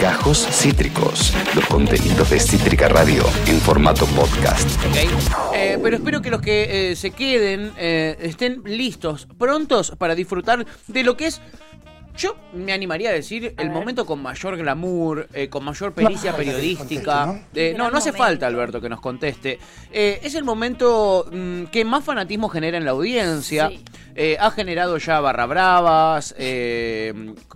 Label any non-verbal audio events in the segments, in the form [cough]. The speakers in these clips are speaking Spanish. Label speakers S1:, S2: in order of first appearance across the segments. S1: Gajos Cítricos, los contenidos de Cítrica Radio en formato podcast.
S2: Ok. Eh, pero espero que los que eh, se queden eh, estén listos, prontos para disfrutar de lo que es. Yo me animaría a decir el momento con mayor glamour, eh, con mayor pericia periodística.
S3: contexto,
S2: Eh, no, no
S4: Gran
S2: hace
S4: momento.
S2: falta, Alberto, que nos conteste. Eh, es el momento mm, que más fanatismo genera en la audiencia.
S4: Sí.
S2: Eh, ha generado ya barra bravas. eh,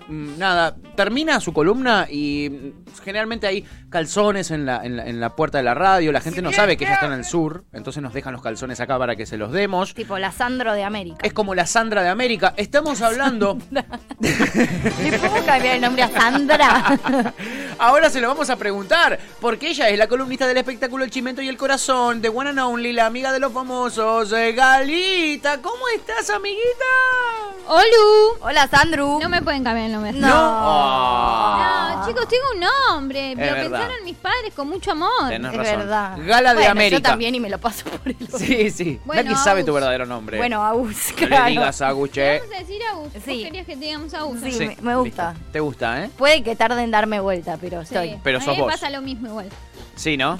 S2: mm, nada, termina su columna y mm, generalmente hay calzones en la, en la- en la puerta de la radio. La gente no sabe que ya está en el sur, entonces nos dejan los calzones acá para que se los demos.
S4: Tipo la Sandro de América.
S2: Es como la Sandra de América. Estamos hablando.
S4: ¿Le puedo cambiar el nombre a
S5: [laughs]
S4: Sandra?
S2: Ahora se lo vamos a preguntar, porque ella es la columnista del espectáculo El Chimento y el Corazón, de One and Only, la amiga de los famosos, eh, Galita. ¿Cómo estás, amiguita?
S5: ¡Olu!
S4: Hola, Sandru.
S5: No me pueden cambiar el nombre.
S4: No.
S2: Ah.
S5: No, chicos, tengo un nombre.
S2: Es
S5: Pero
S2: verdad.
S5: pensaron mis padres con mucho amor.
S2: Tenés
S4: es
S2: razón.
S4: verdad.
S2: Gala de
S4: Bueno,
S2: América.
S4: Yo también y me lo paso por el
S2: [laughs]
S4: otro.
S2: Sí, sí.
S5: Bueno,
S2: Nadie sabe tu
S5: Agus.
S2: verdadero nombre.
S4: Bueno, Agus,
S2: no
S4: claro.
S2: le digas Agus, che.
S5: Vamos a decir Agus. Vos
S4: Sí.
S5: querías que te digamos Agus.
S4: Sí, me- me gusta.
S2: listo. Te gusta, ¿eh?
S4: Puede que tarde en darme vuelta, pero
S5: Sí.
S4: estoy.
S2: Pero
S5: a
S2: sos
S5: mí me
S2: vos.
S5: pasa lo mismo igual.
S2: Sí, ¿no?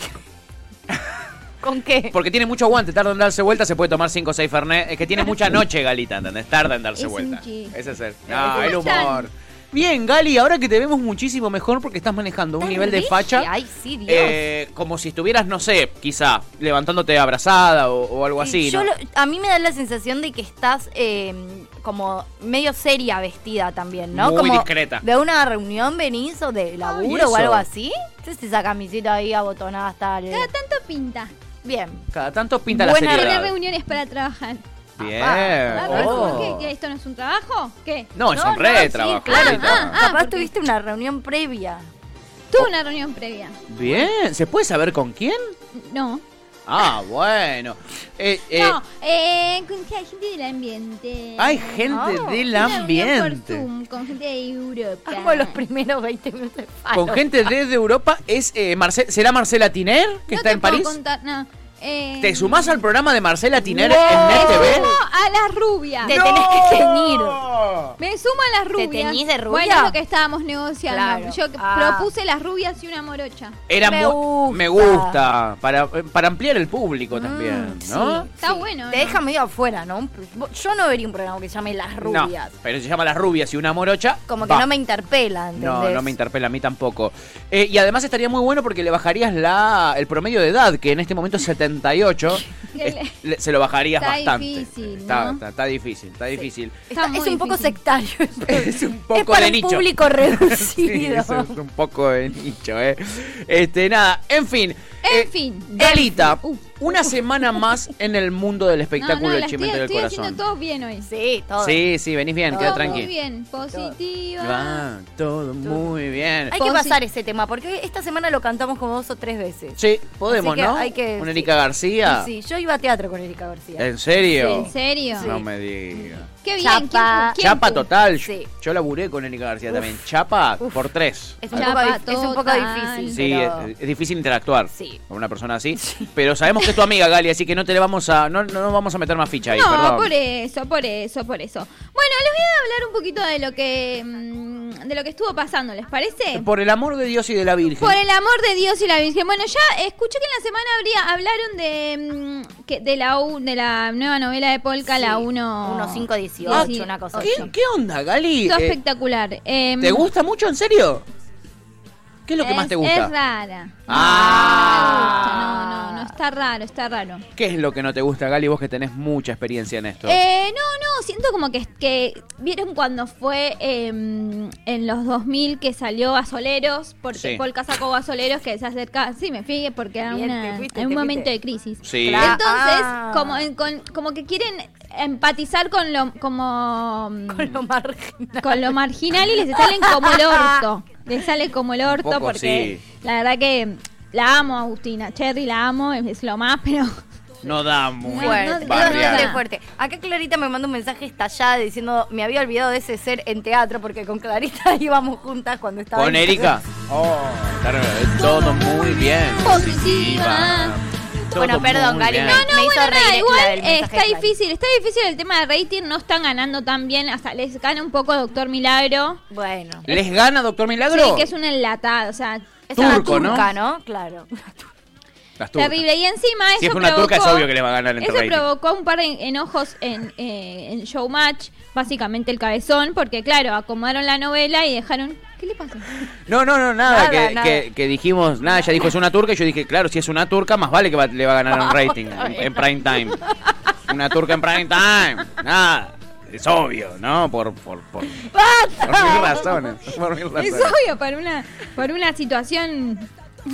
S4: ¿Con qué?
S2: Porque tiene mucho aguante, tarda en darse vuelta, se puede tomar 5 o 6 Fernet. Es que tiene
S4: [laughs]
S2: mucha noche, Galita, ¿entendés? Tarda en darse
S5: Es un
S2: vuelta.
S5: chiste.
S2: Ese es el. No,
S5: ¿Cómo
S2: el humor.
S5: están?
S2: Bien, Gali, ahora que te vemos muchísimo mejor porque estás manejando un
S4: Tan
S2: nivel de
S4: regia.
S2: facha.
S4: Ay, sí, Dios.
S2: Eh, como si estuvieras, no sé, quizá levantándote abrazada o, o algo
S4: Sí,
S2: así,
S4: yo
S2: ¿no?
S4: lo- a mí me da la sensación de que estás eh, como medio seria vestida también, ¿no?
S2: Muy
S4: como
S2: discreta.
S4: De una reunión venís o de
S2: ¿y
S4: laburo
S2: eso?
S4: o algo así. Entonces esa camiseta ahí abotonada hasta el...
S5: Cada tanto pinta.
S4: Bien.
S2: Cada tanto pinta
S4: Buena
S2: la
S5: Tener
S2: seriedad.
S5: reuniones para trabajar.
S2: Bien.
S5: Ah,
S4: Ah,
S5: pero
S2: Eh, Oh.
S5: ¿por qué? ¿Que ¿Esto no es un trabajo? ¿Qué?
S2: No, es un
S4: No,
S2: re
S4: no, sí,
S2: trabajo.
S4: claro.
S2: Galita.
S5: Ah, ah,
S4: Capaz
S5: porque-
S4: tuviste una reunión previa.
S5: Tuve una reunión previa.
S2: Bien. ¿Se puede saber con quién?
S5: No.
S4: [laughs]
S2: Ah, bueno. Eh, eh,
S5: No, eh, con que hay gente del ambiente.
S2: Hay gente
S4: Oh.
S2: del
S5: Una reunión Por
S2: ambiente. Ah,
S5: Zoom, con gente de Europa.
S4: Como los primeros 20 minutos de falo.
S2: Con gente desde Europa es eh, Marce- ¿Será Marcela Tiner que
S5: No
S2: está
S5: te
S2: en
S5: puedo
S2: París?
S5: contar, no. Eh,
S2: ¿Te sumás al programa de Marcela Tiner
S4: No.
S2: en NET TV?
S5: sumo a las rubias.
S4: Te tenés que ceñir.
S5: Me sumo a las rubias.
S4: teñís de rubia?
S5: Bueno, es lo que estábamos negociando.
S4: Claro.
S5: Yo que
S4: Ah.
S5: propuse las rubias y una morocha.
S2: Era
S4: Me
S2: mu-
S4: gusta.
S2: me gusta. Para, para ampliar el público también,
S4: Mm,
S2: ¿no?
S4: sí,
S5: Está
S4: sí.
S5: bueno,
S4: Te
S5: ¿no?
S4: deja medio afuera, ¿no? Yo no vería un programa que se llame Las Rubias.
S2: No, pero se llama Las Rubias y una morocha.
S4: Como que
S2: va.
S4: no me interpela, ¿entendés?
S2: No, no me interpela a mí tampoco. Eh, y además estaría muy bueno porque le bajarías la, el promedio de edad, que en este momento es
S5: [laughs]
S2: 78.
S5: Que
S2: Es-
S5: le-
S2: le- se lo bajarías
S5: Está
S2: bastante. Eh,
S5: difícil,
S2: está,
S5: ¿no?
S2: está- está difícil, está
S5: [laughs]
S2: difícil.
S4: Está-
S5: Está muy
S4: es un poco
S5: difícil.
S4: sectario.
S2: Es un poco
S4: [laughs] es para
S2: de
S4: un
S2: nicho. [laughs]
S4: público
S2: Sí,
S4: reducido.
S2: eso es un poco de nicho, ¿eh? Este, nada, en fin.
S5: En
S2: eh,
S5: fin.
S2: Galita,
S5: Uh.
S2: una semana más en el mundo del
S5: no,
S2: espectáculo
S5: no,
S2: del
S5: las
S2: Chimento
S5: tías,
S2: del
S5: estoy haciendo
S2: Corazón.
S5: todo bien hoy.
S4: Sí, todo.
S2: Sí, sí, venís bien,
S4: Todo
S2: queda
S5: Todo
S2: tranqui.
S5: muy bien, positiva.
S2: Va, todo muy bien.
S4: Hay que
S5: Fonsi-
S4: pasar ese tema, porque esta semana lo cantamos como dos o tres veces.
S2: Sí, podemos,
S4: Así que
S2: ¿no?
S4: hay que-
S2: Con
S4: sí.
S2: Erika García.
S4: Sí, sí, yo iba a teatro con Erika García.
S2: ¿En serio?
S5: ¿En serio?
S2: No me digas.
S5: Qué bien.
S4: Chapa.
S5: ¿quién fu- quién
S2: Chapa
S5: fu-
S2: total.
S4: Sí.
S2: Yo laburé con Erika García
S4: Uf.
S2: también. Chapa
S4: Uf.
S2: por tres.
S4: Es un,
S5: Chapa
S4: poco, dif- es un poco
S5: total.
S4: difícil.
S2: Sí,
S4: pero-
S2: es, es difícil interactuar
S4: Sí.
S2: con una persona así. Pero sabemos que es tu amiga, Gali, así que no te le vamos a. No, no, no vamos a meter más ficha ahí,
S5: no,
S2: perdón.
S5: por eso, por eso, por eso. Bueno, les voy a hablar un poquito de lo que mm, de lo que estuvo pasando, ¿les parece?
S2: Por el amor de Dios y de la Virgen.
S5: Por el amor de Dios y la Virgen. Bueno, ya escuché que en la semana habría, hablaron de mm, que de la u- de la nueva novela de Polka,
S4: Sí,
S5: la 1
S4: 1.518, una cosa así.
S2: ¿Qué, qué onda, Gali?
S5: Estuvo
S2: Eh,
S5: espectacular. Em,
S2: ¿Te gusta mucho, en serio? ¿Qué es lo que más
S5: es-
S2: te gusta?
S5: Es rara.
S2: Ah.
S5: No, no, no, no, está raro, está raro.
S2: ¿Qué es lo que no te gusta, Gali? Vos que tenés mucha experiencia en esto.
S5: Eh, no, no, siento como que, que vieron cuando fue eh, en los 2000 que salió Basoleros, porque
S2: Sí.
S5: Polka sacó Basoleros que se acerca, sí, me fijé porque era
S4: Bien,
S5: una-
S4: te fuiste,
S5: en un
S4: te fuiste.
S5: momento de crisis.
S2: Sí.
S4: Claro.
S5: Entonces,
S4: Ah.
S5: como, en- con- como que quieren empatizar con lo, como,
S4: Con lo marginal.
S5: con lo marginal y les salen como el orto. Les sale como el orto
S2: poco
S5: porque la verdad que la amo, Agustina. Cherry la amo, es lo más, pero...
S2: No da muy
S4: Fuerte,
S5: no, no,
S2: barrial.
S4: bastante fuerte. Acá Clarita me mandó un mensaje estallada diciendo, me había olvidado de ese ser en teatro porque con Clarita [laughs] íbamos juntas cuando estaba...
S2: Con
S4: en-
S2: Erika. Oh, está re- todo muy bien.
S5: positiva.
S2: todo
S4: Bueno, perdón,
S2: muy
S4: Gary,
S2: bien.
S4: me,
S5: No,
S4: me hizo
S5: bueno,
S4: reír
S5: nada,
S4: la
S5: igual
S4: del
S5: eh,
S4: mensaje
S5: está
S4: de Gary.
S5: difícil, está difícil el tema de rating, no están ganando tan bien, hasta les gana un poco Doctor Milagro,
S4: Bueno.
S2: ¿Les gana Doctor
S5: sí,
S2: Milagro?
S5: que es una enlatada, o sea,
S4: Es una
S2: Turco, ¿no?
S4: turca, ¿no? Claro.
S2: Las turcas.
S5: terrible. Y encima eso
S2: Si es una
S5: provocó,
S2: turca, es obvio que le va a ganar en
S5: Eso
S2: rating.
S5: provocó un par de enojos en, eh, en Showmatch, básicamente el cabezón, porque claro, acomodaron la novela y dejaron... ¿Qué le pasa?
S2: No, no, no, nada,
S4: Nada,
S2: que,
S4: nada.
S2: Que, que dijimos, nada, ella dijo es una turca y yo dije, claro, si es una turca, más vale que va- le va a ganar en rating, en, en prime
S5: [laughs]
S2: time. Una turca en prime time, nada, es obvio, ¿no? Por, por, por, por mil razones, por mil
S5: Es
S2: razones.
S5: obvio, para una, para una situación...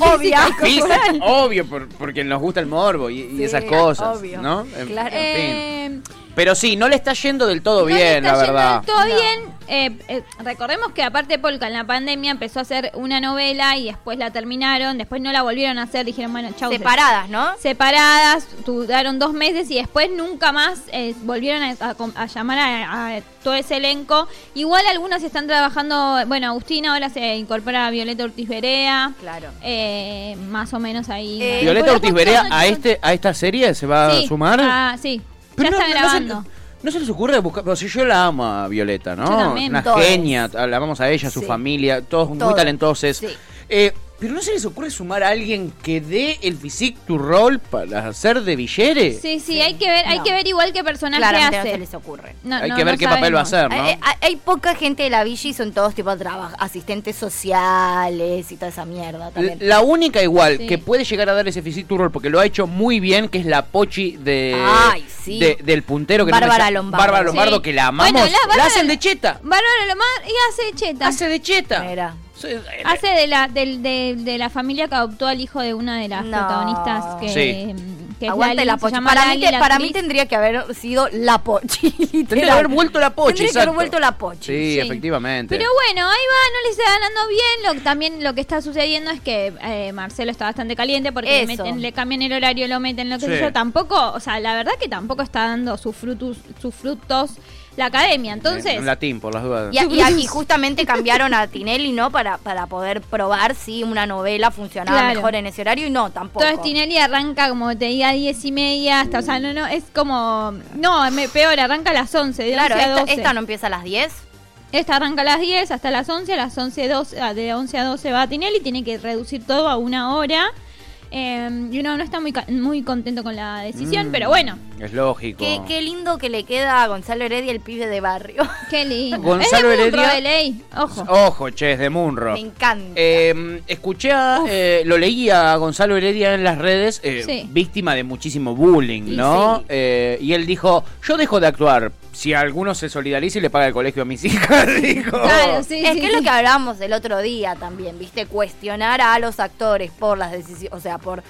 S4: Obvia.
S5: [laughs] física y
S2: Fis-
S5: corporal.
S2: obvio, por- porque nos gusta el morbo y, y
S4: Sí,
S2: esas cosas,
S4: obvio.
S2: ¿no? En-
S4: Claro.
S2: en fin.
S5: Eh,
S2: Pero sí, no le está yendo del todo
S5: No le
S2: bien,
S5: está
S2: la
S5: yendo
S2: verdad.
S5: del Todo
S4: No.
S5: bien. Eh, eh, recordemos que aparte Polka en la pandemia empezó a hacer una novela y después la terminaron, después no la volvieron a hacer, dijeron, bueno, chau. se-
S4: Separadas, ¿no?
S5: Separadas, duraron dos meses y después nunca más eh, volvieron a, a- a llamar a, a todo ese elenco. Igual algunos están trabajando, bueno, Agustina ahora se incorpora a Violeta Ortiz Berea,
S4: Claro.
S5: eh, más o menos ahí.
S4: Eh,
S2: Violeta
S5: Porque
S2: Ortiz
S5: justo
S2: Berea
S5: no-
S2: a este a esta serie se va
S5: Sí,
S2: a sumar.
S5: ah, sí, ya
S2: Pero no-
S5: está
S2: no- no se-
S5: grabando.
S2: No se les ocurre buscar, pero si yo la amo a Violeta, ¿no?
S5: Yo también,
S2: Una
S4: todos.
S2: genia, la amamos a ella, a su
S4: Sí.
S2: familia, todos, muy
S4: Todos,
S2: talentosos.
S4: sí.
S2: Eh, pero no se les ocurre sumar a alguien que dé el physique to roll para hacer de Villere.
S5: Sí, sí, hay que ver, hay
S4: No.
S5: que ver igual qué personaje
S4: Claramente no
S5: hace.
S4: se les ocurre.
S5: No,
S2: hay
S5: no,
S2: que ver
S5: no
S2: qué papel va a
S5: sabemos. Eh,
S2: hacer, ¿no?
S4: Hay, hay- hay poca gente de la villa y son todos tipo traba- asistentes sociales y toda esa mierda también.
S2: la única igual
S5: Sí.
S2: que puede llegar a dar ese physique to roll porque lo ha hecho muy bien, que es la Pochi de,
S4: Ay, sí.
S2: de- del puntero que
S4: Bárbara
S2: no me-
S4: Lombardo.
S2: Bárbara Lombardo
S5: Sí.
S2: que la amamos.
S5: Bueno, la
S2: la,
S5: Bárbara-
S2: hacen de cheta.
S5: Bárbara Lomar y hace cheta.
S2: Hace de cheta.
S4: Mira.
S2: Sí, eh,
S5: Hace de la, del- de, de la familia que adoptó al hijo de una de las
S4: No.
S5: protagonistas que,
S2: Sí.
S5: que es
S4: Aguante
S5: Lali,
S4: la
S5: se
S4: pochi.
S5: llama
S4: Para,
S5: Lali,
S4: mí, te-
S5: la
S4: para mí
S5: actriz.
S4: tendría que haber sido la pochi. [laughs]
S2: Tendría que haber vuelto la Pochi.
S4: Tendría que haber
S2: exacto.
S4: vuelto la pochi.
S2: Sí,
S5: Sí.
S2: efectivamente.
S5: Pero bueno, ahí va, no le está ganando bien. Lo, también lo que está sucediendo es que eh, Marcelo está bastante caliente porque le,
S4: Eso.
S5: meten- le cambian el horario, lo meten, lo que
S2: Sí.
S5: sé yo. Tampoco, o sea, la verdad que tampoco está dando sus frutos, sus frutos la academia. Entonces,
S2: Un latín, por las dudas.
S4: Y, a- y aquí justamente cambiaron a Tinelli, ¿no? Para, para poder probar si una novela funcionaba
S5: Claro.
S4: mejor en ese horario y no, tampoco.
S5: Entonces Tinelli arranca como te diga 10 y media hasta, o sea, no, no, es como, no, me, peor, arranca a las 11, de
S4: Claro,
S5: 11 a
S4: esta,
S5: 12.
S4: esta no empieza a las 10.
S5: Esta arranca a las 10 hasta las 11, a las 11, 12, ah, de 11 a 12 va Tinelli, tiene que reducir todo a una hora. Eh, y uno no está muy, ca- muy contento con la decisión,
S2: Mm.
S5: pero bueno,
S2: Es lógico.
S4: Qué, qué lindo que le queda a Gonzalo Heredia el pibe de barrio. [laughs]
S5: qué lindo.
S2: Gonzalo
S5: es de Munro
S2: Heredia-
S5: de ley, ojo.
S2: Ojo, che, es de Munro.
S4: Me encanta.
S2: Eh, escuché, a- eh, lo leí a Gonzalo Heredia en las redes, eh,
S5: Sí.
S2: víctima de muchísimo bullying,
S4: Y
S2: ¿no?
S4: sí.
S2: Eh, y él dijo, yo dejo de actuar si alguno se solidariza y le paga el colegio a mis [laughs] hijas, dijo.
S5: Claro, sí,
S4: es
S5: sí,
S4: que es lo
S5: sí.
S4: que hablábamos el otro día también, ¿viste? Cuestionar a los actores por las decisiones, o sea, por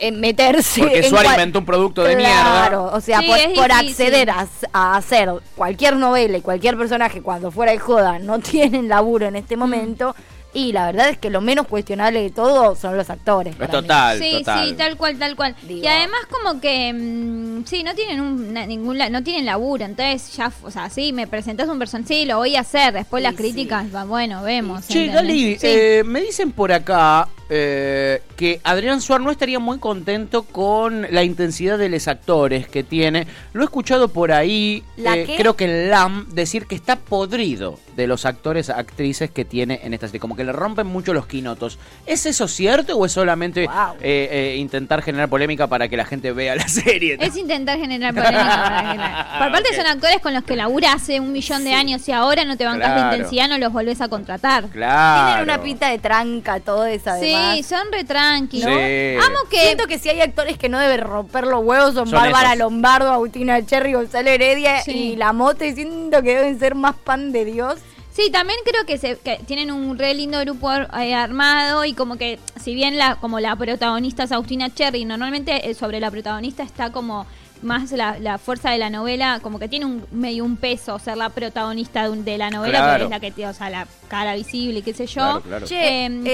S4: eh, meterse.
S2: Porque
S4: en
S2: Suárez
S4: cual-
S2: inventó un producto de
S4: Claro,
S2: mierda.
S4: o sea,
S5: Sí,
S4: por,
S5: es
S4: por
S5: difícil.
S4: acceder a, a hacer cualquier novela y cualquier personaje cuando fuera de joda no [laughs] tienen laburo en este momento. Y la verdad es que lo menos cuestionable de todo son los actores.
S2: Es
S4: para mí.
S2: total,
S5: Sí,
S2: total.
S5: sí, tal cual, tal cual.
S4: Digo.
S5: Y además como que mm, sí, no tienen un, na- ningún la- no tienen laburo, entonces ya, f- o sea, sí, me presentas un personaje, sí, lo voy a hacer, después
S4: Sí,
S5: las
S4: sí.
S5: críticas, va, bueno, vemos.
S2: Che,
S5: ¿entendés?
S2: Gali,
S5: Sí.
S2: eh, me dicen por acá eh, que Adrián Suárez no estaría muy contento con la intensidad de los actores que tiene. Lo he escuchado por ahí,
S4: ¿La
S2: eh,
S4: qué?
S2: creo que en LAM, decir que está podrido de los actores, actrices que tiene en esta serie. Como que le rompen mucho los quinotos. ¿Es eso cierto o es solamente
S4: Wow.
S2: eh, eh, intentar generar polémica para que la gente vea la [laughs] serie?
S5: Es intentar generar polémica. para
S2: [laughs]
S5: que la- Por parte
S2: Ah, Ok.
S5: son actores con los que labura hace un millón de años y ahora no te bancas
S2: Claro.
S5: la intensidad, no los volvés a contratar.
S2: Claro.
S4: Tienen una pinta de tranca todo eso, además.
S5: Sí, son re tranquilos.
S2: Sí.
S5: Amo que
S4: Siento que si hay actores que no deben romper los huevos son,
S2: Son
S4: Bárbara
S2: esos.
S4: Lombardo, Agustina Cherry, Gonzalo Heredia
S5: Sí.
S4: y La Mote. Siento que deben ser más pan de Dios.
S5: Sí, también creo que, se, que tienen un re lindo grupo ar- eh, armado y como que si bien la como la protagonista es Agustina Cherry, normalmente eh, sobre la protagonista está como más la, la fuerza de la novela, como que tiene un medio un peso ser la protagonista de, un- de la novela,
S2: Claro.
S5: porque es la que tiene, o sea, la cara visible y qué sé yo.
S2: Claro, claro.
S5: Eh,
S4: Che,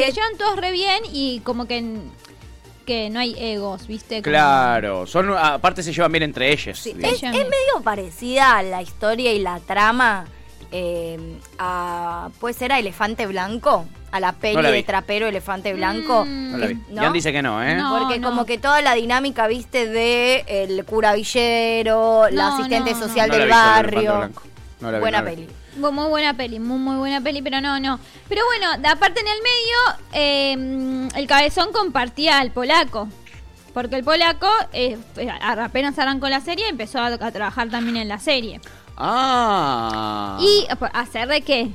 S5: se
S4: eh,
S5: llevan todos re bien y como que, n- que no hay egos, ¿viste? Como-
S2: Claro, son, aparte se llevan bien entre ellas.
S4: Sí,
S2: digamos.
S4: es, es medio parecida a la historia y la trama eh, a, puede ser a Elefante Blanco, a la peli
S2: No la vi.
S4: de Trapero Elefante Blanco.
S5: Mm.
S2: No la vi.
S4: ¿No?
S2: Jan dice que no, ¿eh?
S5: No.
S4: Porque como que toda la dinámica, viste, de el cura villero, la
S5: No,
S4: asistente
S5: no, no.
S4: social
S2: No la
S4: del
S2: vi, Solo Elefante
S4: barrio.
S2: Blanco. No la vi,
S4: Buena
S2: no la vi.
S4: peli.
S5: Bu- Muy buena peli, muy, muy buena peli, pero no, no. Pero bueno, de- aparte en el medio, eh, mm, el cabezón compartía al polaco. Porque el polaco eh, eh, a- apenas arrancó la serie, empezó a, a trabajar también en la serie.
S2: Ah.
S5: ¿Y a- a hacer de qué?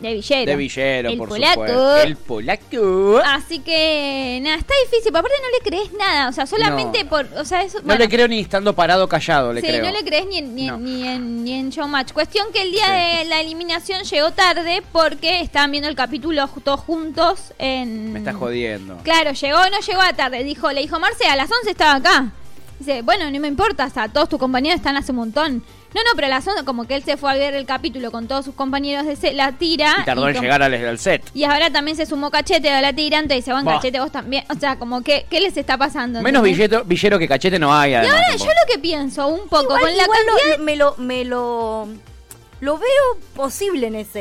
S5: De villero.
S2: de Villero,
S5: El
S2: por
S5: polaco. Ah,
S2: supuesto. El polaco.
S5: Así que, nada, está difícil. pero Aparte no le crees nada, o sea, solamente
S2: No.
S5: por... O sea, eso,
S2: no le creo ni estando parado callado, le
S5: sí,
S2: creo.
S5: no le crees ni en, ni, en-
S2: No.
S5: ni en, ni en Showmatch. Cuestión que el día de la eliminación llegó tarde porque estaban viendo el capítulo ju- todos juntos en...
S2: Me está jodiendo.
S5: Claro, llegó no llegó a tarde. Dijo, le dijo Marce, a las 11 estaba acá. Dice, bueno, no me importa, hasta todos tus compañeros están hace un montón. No, no, pero a las 11, como que él se fue a ver el capítulo con todos sus compañeros de se- la tira.
S2: Y tardó en
S5: como-
S2: llegar al, al set.
S5: Y ahora también se sumó cachete a la tira, entonces dice, bueno,
S2: Bah.
S5: cachete vos también. O sea, como que, ¿qué les está pasando?
S2: Menos
S5: ¿Entendés?
S2: billete, villero que cachete no hay, además.
S5: Ahora, yo
S2: tampoco.
S5: lo que pienso un poco,
S4: Igual-
S5: con la
S4: igual lo-
S5: cantidad
S4: me lo me lo lo veo posible en ese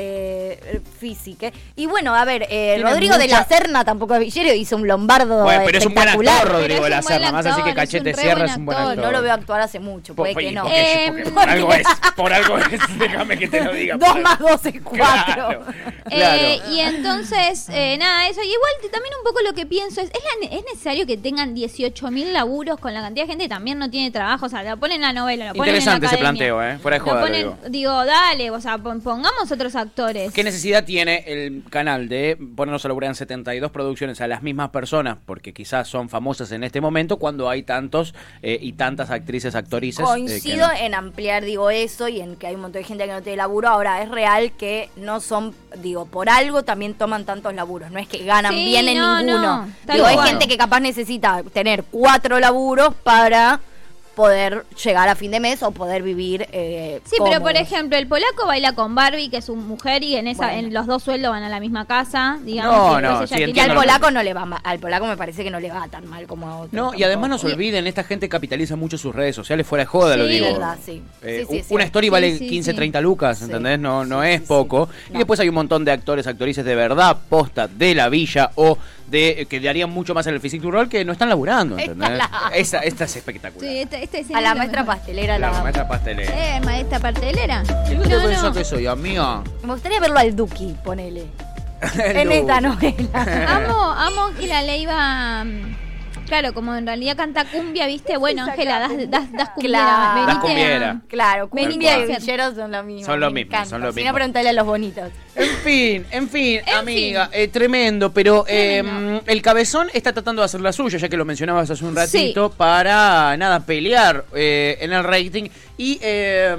S4: eh, físico. eh. Y bueno, a ver, eh,
S2: Tiene
S4: Rodrigo de
S2: mucha-
S4: la Serna tampoco es villero, hizo un lombardo
S2: Bueno, pero es un buen
S4: espectacular.
S2: actor,
S5: Pero
S2: Rodrigo
S5: es
S2: de
S5: un
S2: la
S5: buen
S2: Serna. Más así
S5: actor,
S2: que
S5: es
S2: Cachete
S5: un re
S2: Sierra
S5: buen
S2: es un buen
S5: actor.
S2: actor.
S4: No lo veo actuar hace mucho,
S2: Por-
S4: puede que
S2: y
S4: no.
S2: porque-
S5: Eh,
S2: porque por
S5: porque-
S2: algo es, por algo es, [laughs] déjame que te lo
S5: [laughs]
S2: diga. por
S4: Dos
S2: algo.
S4: más dos es
S2: [laughs]
S4: cuatro. [laughs]
S2: Claro,
S5: Eh,
S2: claro.
S5: y entonces, eh, nada, eso. Y igual t- también un poco lo que pienso es, ¿es, la ne- es necesario que tengan 18.000 laburos con la cantidad de gente que también no tiene trabajo? O sea, lo ponen en la novela, lo ponen
S2: Interesante
S5: en la
S2: ese
S5: academia.
S2: planteo, ¿eh? Fuera de
S5: Lo
S2: joda, lo
S5: ponen-
S2: digo.
S5: dale, o sea, pon- pongamos otros actores.
S2: ¿Qué necesidad tiene el canal de ponernos a laburar en 72 producciones a las mismas personas? Porque quizás son famosas en este momento cuando hay tantos eh, y tantas actrices, actorices. eh, que
S4: Coincido
S2: no.
S4: en ampliar, digo, eso y en que hay un montón de gente que no tiene laburo. Ahora, es real que no son, digo, por algo también toman tantos laburos. No es que ganan
S5: Sí,
S4: bien en
S5: no,
S4: ninguno.
S5: no, tal
S4: digo, hay
S2: cual.
S4: gente que capaz necesita tener cuatro laburos para poder llegar a fin de mes o poder vivir. eh,
S5: Sí, pero por
S4: cómodos.
S5: ejemplo, el polaco baila con Barbie, que es su mujer, y en esa
S4: Bueno.
S5: en los dos sueldos van a la misma casa, digamos.
S2: No,
S5: y después
S2: no,
S5: ella
S2: sí,
S5: tiene-
S4: Que al
S2: entiendo.
S4: polaco no le va ma- al polaco me parece que no le va tan mal como a otros.
S2: No, y además no se
S4: tampoco.
S2: olviden, esta gente capitaliza mucho sus redes sociales, fuera de joda,
S5: Sí,
S2: lo digo.
S4: verdad, sí.
S2: Eh,
S4: Sí, sí,
S2: u-
S4: sí.
S2: Una story
S5: Sí,
S2: vale
S5: sí,
S2: 15,
S5: sí.
S2: 30 lucas,
S4: Sí,
S2: ¿entendés? No, no
S4: sí,
S2: es
S4: sí,
S2: poco.
S4: sí.
S2: Y
S4: No.
S2: después hay un montón de actores, actrices de verdad, posta, de la villa o de eh, que darían mucho más en el Physique du Rol que no están laburando, ¿entendés?
S4: Esta la-
S2: Esa, esta es espectacular.
S5: Sí, esta- esta escena
S4: A la
S5: es lo
S4: maestra
S5: mejor.
S4: pastelera
S2: La
S4: la,
S2: maestra pastelera.
S5: Eh, maestra pastelera.
S2: ¿Qué
S5: No,
S2: pensás
S5: no.
S2: que soy,
S5: [laughs]
S2: amiga? [laughs]
S4: Me gustaría verlo al Duki, ponele. en
S2: [laughs]
S4: esta novela.
S5: Amo, amo a Ángela Leiva. mm, Claro, como en realidad canta cumbia, viste, bueno, Ángela, das, das, das cumbiera.
S4: Claro.
S5: venite
S2: Das
S5: mm,
S2: cumbiera.
S4: Claro,
S5: Venite
S4: cumbia
S5: a
S4: y
S5: hacer.
S4: villeros son lo mismo.
S2: Son lo
S4: me
S2: mismo,
S4: encanta.
S2: son lo
S4: Si
S2: mismo.
S4: no, preguntale a los bonitos.
S2: En fin, en fin,
S5: En
S2: amiga, eh, tremendo, pero eh,
S5: Tremendo.
S2: el cabezón está tratando de hacer la suya, ya que lo mencionabas hace un ratito,
S5: Sí.
S2: para nada, pelear eh, en el rating y eh,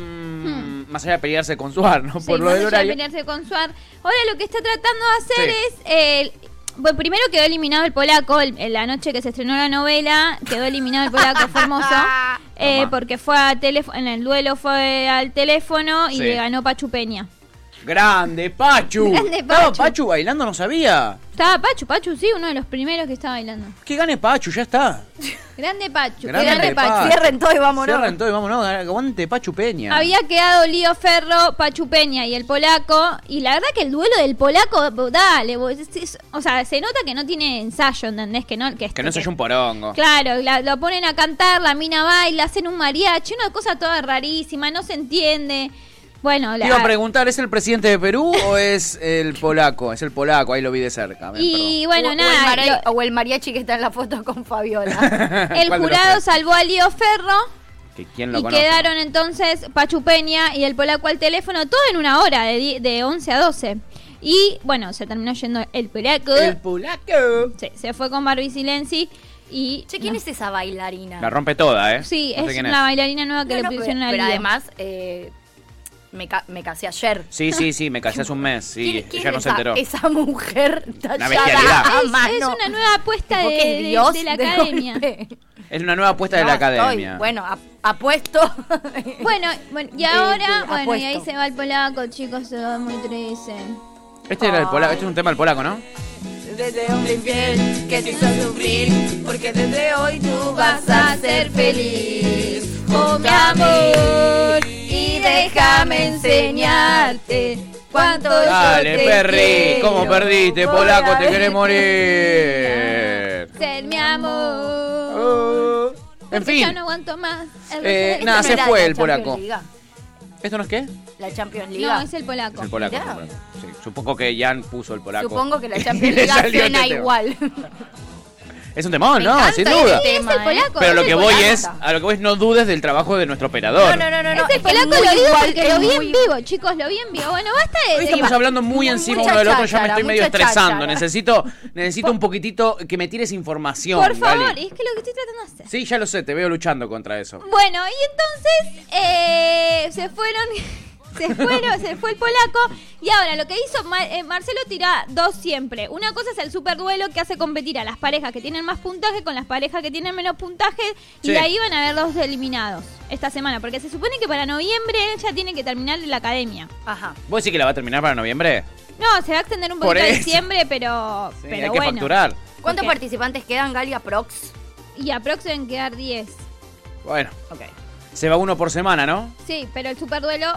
S2: más allá de pelearse con Suar, ¿no?
S5: Hmm. Sí,
S2: Por lo
S5: más
S2: del
S5: allá de
S2: horario.
S5: pelearse con Suar. Ahora lo que está tratando de hacer
S2: Sí.
S5: es. eh, bueno, primero quedó eliminado el polaco el- en la noche que se estrenó la novela. Quedó eliminado el polaco
S2: [laughs]
S5: fue hermoso.
S4: Ah.
S5: eh,
S2: Tomá.
S5: porque fue a teléfono. En el duelo fue al teléfono y
S2: Sí.
S5: le ganó Pachu Peña.
S2: Grande, Pachu.
S5: Grande,
S2: Estaba
S5: Pachu.
S2: Pachu bailando, no sabía.
S5: Estaba Pachu, Pachu, sí, uno de los primeros que estaba bailando.
S2: Que gane Pachu, ya está.
S5: Grande Pachu.
S2: Grande
S5: grande
S2: Pachu.
S5: Pachu.
S4: Cierren todo y vámonos.
S2: Cierren todo y vámonos, aguante Pachu Peña.
S5: Había quedado Lío Ferro, Pachu Peña y el polaco. Y la verdad que el duelo del polaco, bo- dale, bo- es- es- o sea, se nota que no tiene ensayo, ¿entendés? Que no, que, este,
S2: Que no se
S5: que-
S2: haya un porongo.
S5: Claro, la- lo ponen a cantar, la mina baila, hacen un mariachi, una cosa toda rarísima, no se entiende. Bueno,
S2: Te
S5: la,
S2: iba
S4: Ah.
S2: a preguntar, ¿es el presidente de Perú o es el polaco? Es el polaco, ahí lo vi de cerca. ven,
S5: y bueno,
S4: o, o el
S5: nada,
S4: mari-
S5: lo-
S4: o el mariachi que está en la foto con Fabiola.
S2: [laughs]
S5: el
S2: ¿Cuál de los
S5: jurado
S2: dos?
S5: salvó a Lío Ferro.
S2: Que ¿Quién lo
S5: Y
S2: conoce?
S5: quedaron entonces Pachu Peña y el polaco al teléfono, todo en una hora, de, die- de 11 a 12. Y bueno, se terminó yendo el polaco.
S2: El polaco.
S5: Sí, se fue con Barbie Silenzi y...
S4: che, ¿quién es esa bailarina?
S2: La rompe toda, ¿eh?
S5: Sí,
S2: No sé
S5: es
S2: quién
S5: una bailarina nueva que
S4: No, no,
S5: le
S4: pero,
S5: pusieron a
S4: pero
S5: Lido.
S4: además, eh, me, ca- me casé ayer.
S2: Sí, sí, sí, me casé hace un mes. Sí,
S4: ¿Quién- quién
S2: ella no
S4: es
S2: se
S4: esa-
S2: enteró.
S4: Esa mujer
S2: bestialidad.
S4: tallada a
S5: Es- es,
S4: mano.
S5: una nueva apuesta de,
S4: Porque es
S5: de-
S4: Dios
S5: de la
S4: de
S5: academia.
S4: golpe.
S2: Es una nueva apuesta de
S4: No,
S2: la
S4: estoy-
S2: academia.
S4: bueno, ap- apuesto. [laughs]
S5: Bueno, bueno, y
S4: Eh,
S5: ahora,
S4: eh,
S5: bueno, y ahí
S4: apuesto.
S5: se va el polaco, chicos, se va muy triste.
S2: Este era el polaco, este es un tema del polaco, ¿no?
S3: Desde hombre infiel que te hizo sufrir, porque desde hoy tú vas a ser feliz. Oh, mi amor,
S5: y
S3: déjame enseñarte cuánto yo
S2: Dale,
S3: te
S2: Perry,
S3: quiero,
S2: ¿cómo perdiste,
S3: por
S2: polaco? Te
S3: haber
S2: querés morir.
S5: Ser mi amor.
S2: Oh. En
S5: Porque Ya
S2: fin,
S5: no aguanto más. El
S2: Eh,
S5: resto de-
S2: nada,
S4: Esta
S2: se
S4: no era
S2: fue
S4: la
S2: el polaco.
S4: Champions League,
S2: ¿esto no es qué?
S4: La Champions League.
S5: No, es el polaco.
S2: Es el polaco.
S4: Mirá.
S2: el polaco. Sí, supongo que Jan puso el polaco.
S4: Supongo que la
S2: Y [laughs]
S4: Champions
S2: le
S4: League
S2: salió
S4: suena
S2: este tema.
S4: igual. [laughs]
S2: Es un temón,
S4: Me
S2: no,
S4: encanta
S2: sin
S4: este
S2: duda.
S5: Sí, es
S4: tema,
S5: el
S4: ¿eh?
S5: polaco.
S2: Pero
S5: es
S2: lo
S5: el
S2: que
S5: polaco.
S2: voy es, a lo que voy es no dudes del trabajo de nuestro operador.
S4: No, no, no, no. no.
S5: Ese
S4: es que
S5: polaco
S4: muy
S5: lo digo
S4: igual,
S5: porque
S4: es
S5: lo vi en
S4: muy-
S5: vivo, chicos, lo vi en vivo. Bueno, basta
S2: Hoy
S5: de...
S2: estamos
S5: de-
S2: hablando muy
S4: Muy-
S2: encima
S4: mucha
S2: uno del otro, ya me
S4: cháchara,
S2: estoy medio
S4: mucha
S2: estresando.
S4: cháchara.
S2: Necesito, necesito un poquitito que me tires información.
S5: Por favor,
S2: Gali.
S5: es que lo que estoy tratando de hacer.
S2: Sí, ya lo sé, te veo luchando contra eso.
S5: Bueno, y entonces eh, se fueron, [laughs] se fueron, se fue el polaco. Y ahora lo que hizo Ma- eh, Marcelo tira dos siempre. Una cosa es el superduelo que hace competir a las parejas que tienen más puntaje con las parejas que tienen menos puntaje. Y
S2: Sí.
S5: de ahí van a haber dos eliminados esta semana. Porque se supone que para noviembre ya tiene que terminar la academia.
S4: Ajá.
S2: ¿Vos decís que la va a terminar para noviembre?
S5: No, se va a extender un
S2: Por
S5: poquito a
S2: eso.
S5: diciembre, pero,
S2: Sí,
S5: pero
S2: hay que
S5: bueno.
S2: facturar.
S4: ¿Cuántos
S5: Ok.
S4: participantes quedan, Galia Prox?
S5: Y aproximadamente deben quedar 10.
S2: Bueno,
S4: Ok.
S2: se va uno por semana, ¿no?
S5: Sí, pero el superduelo.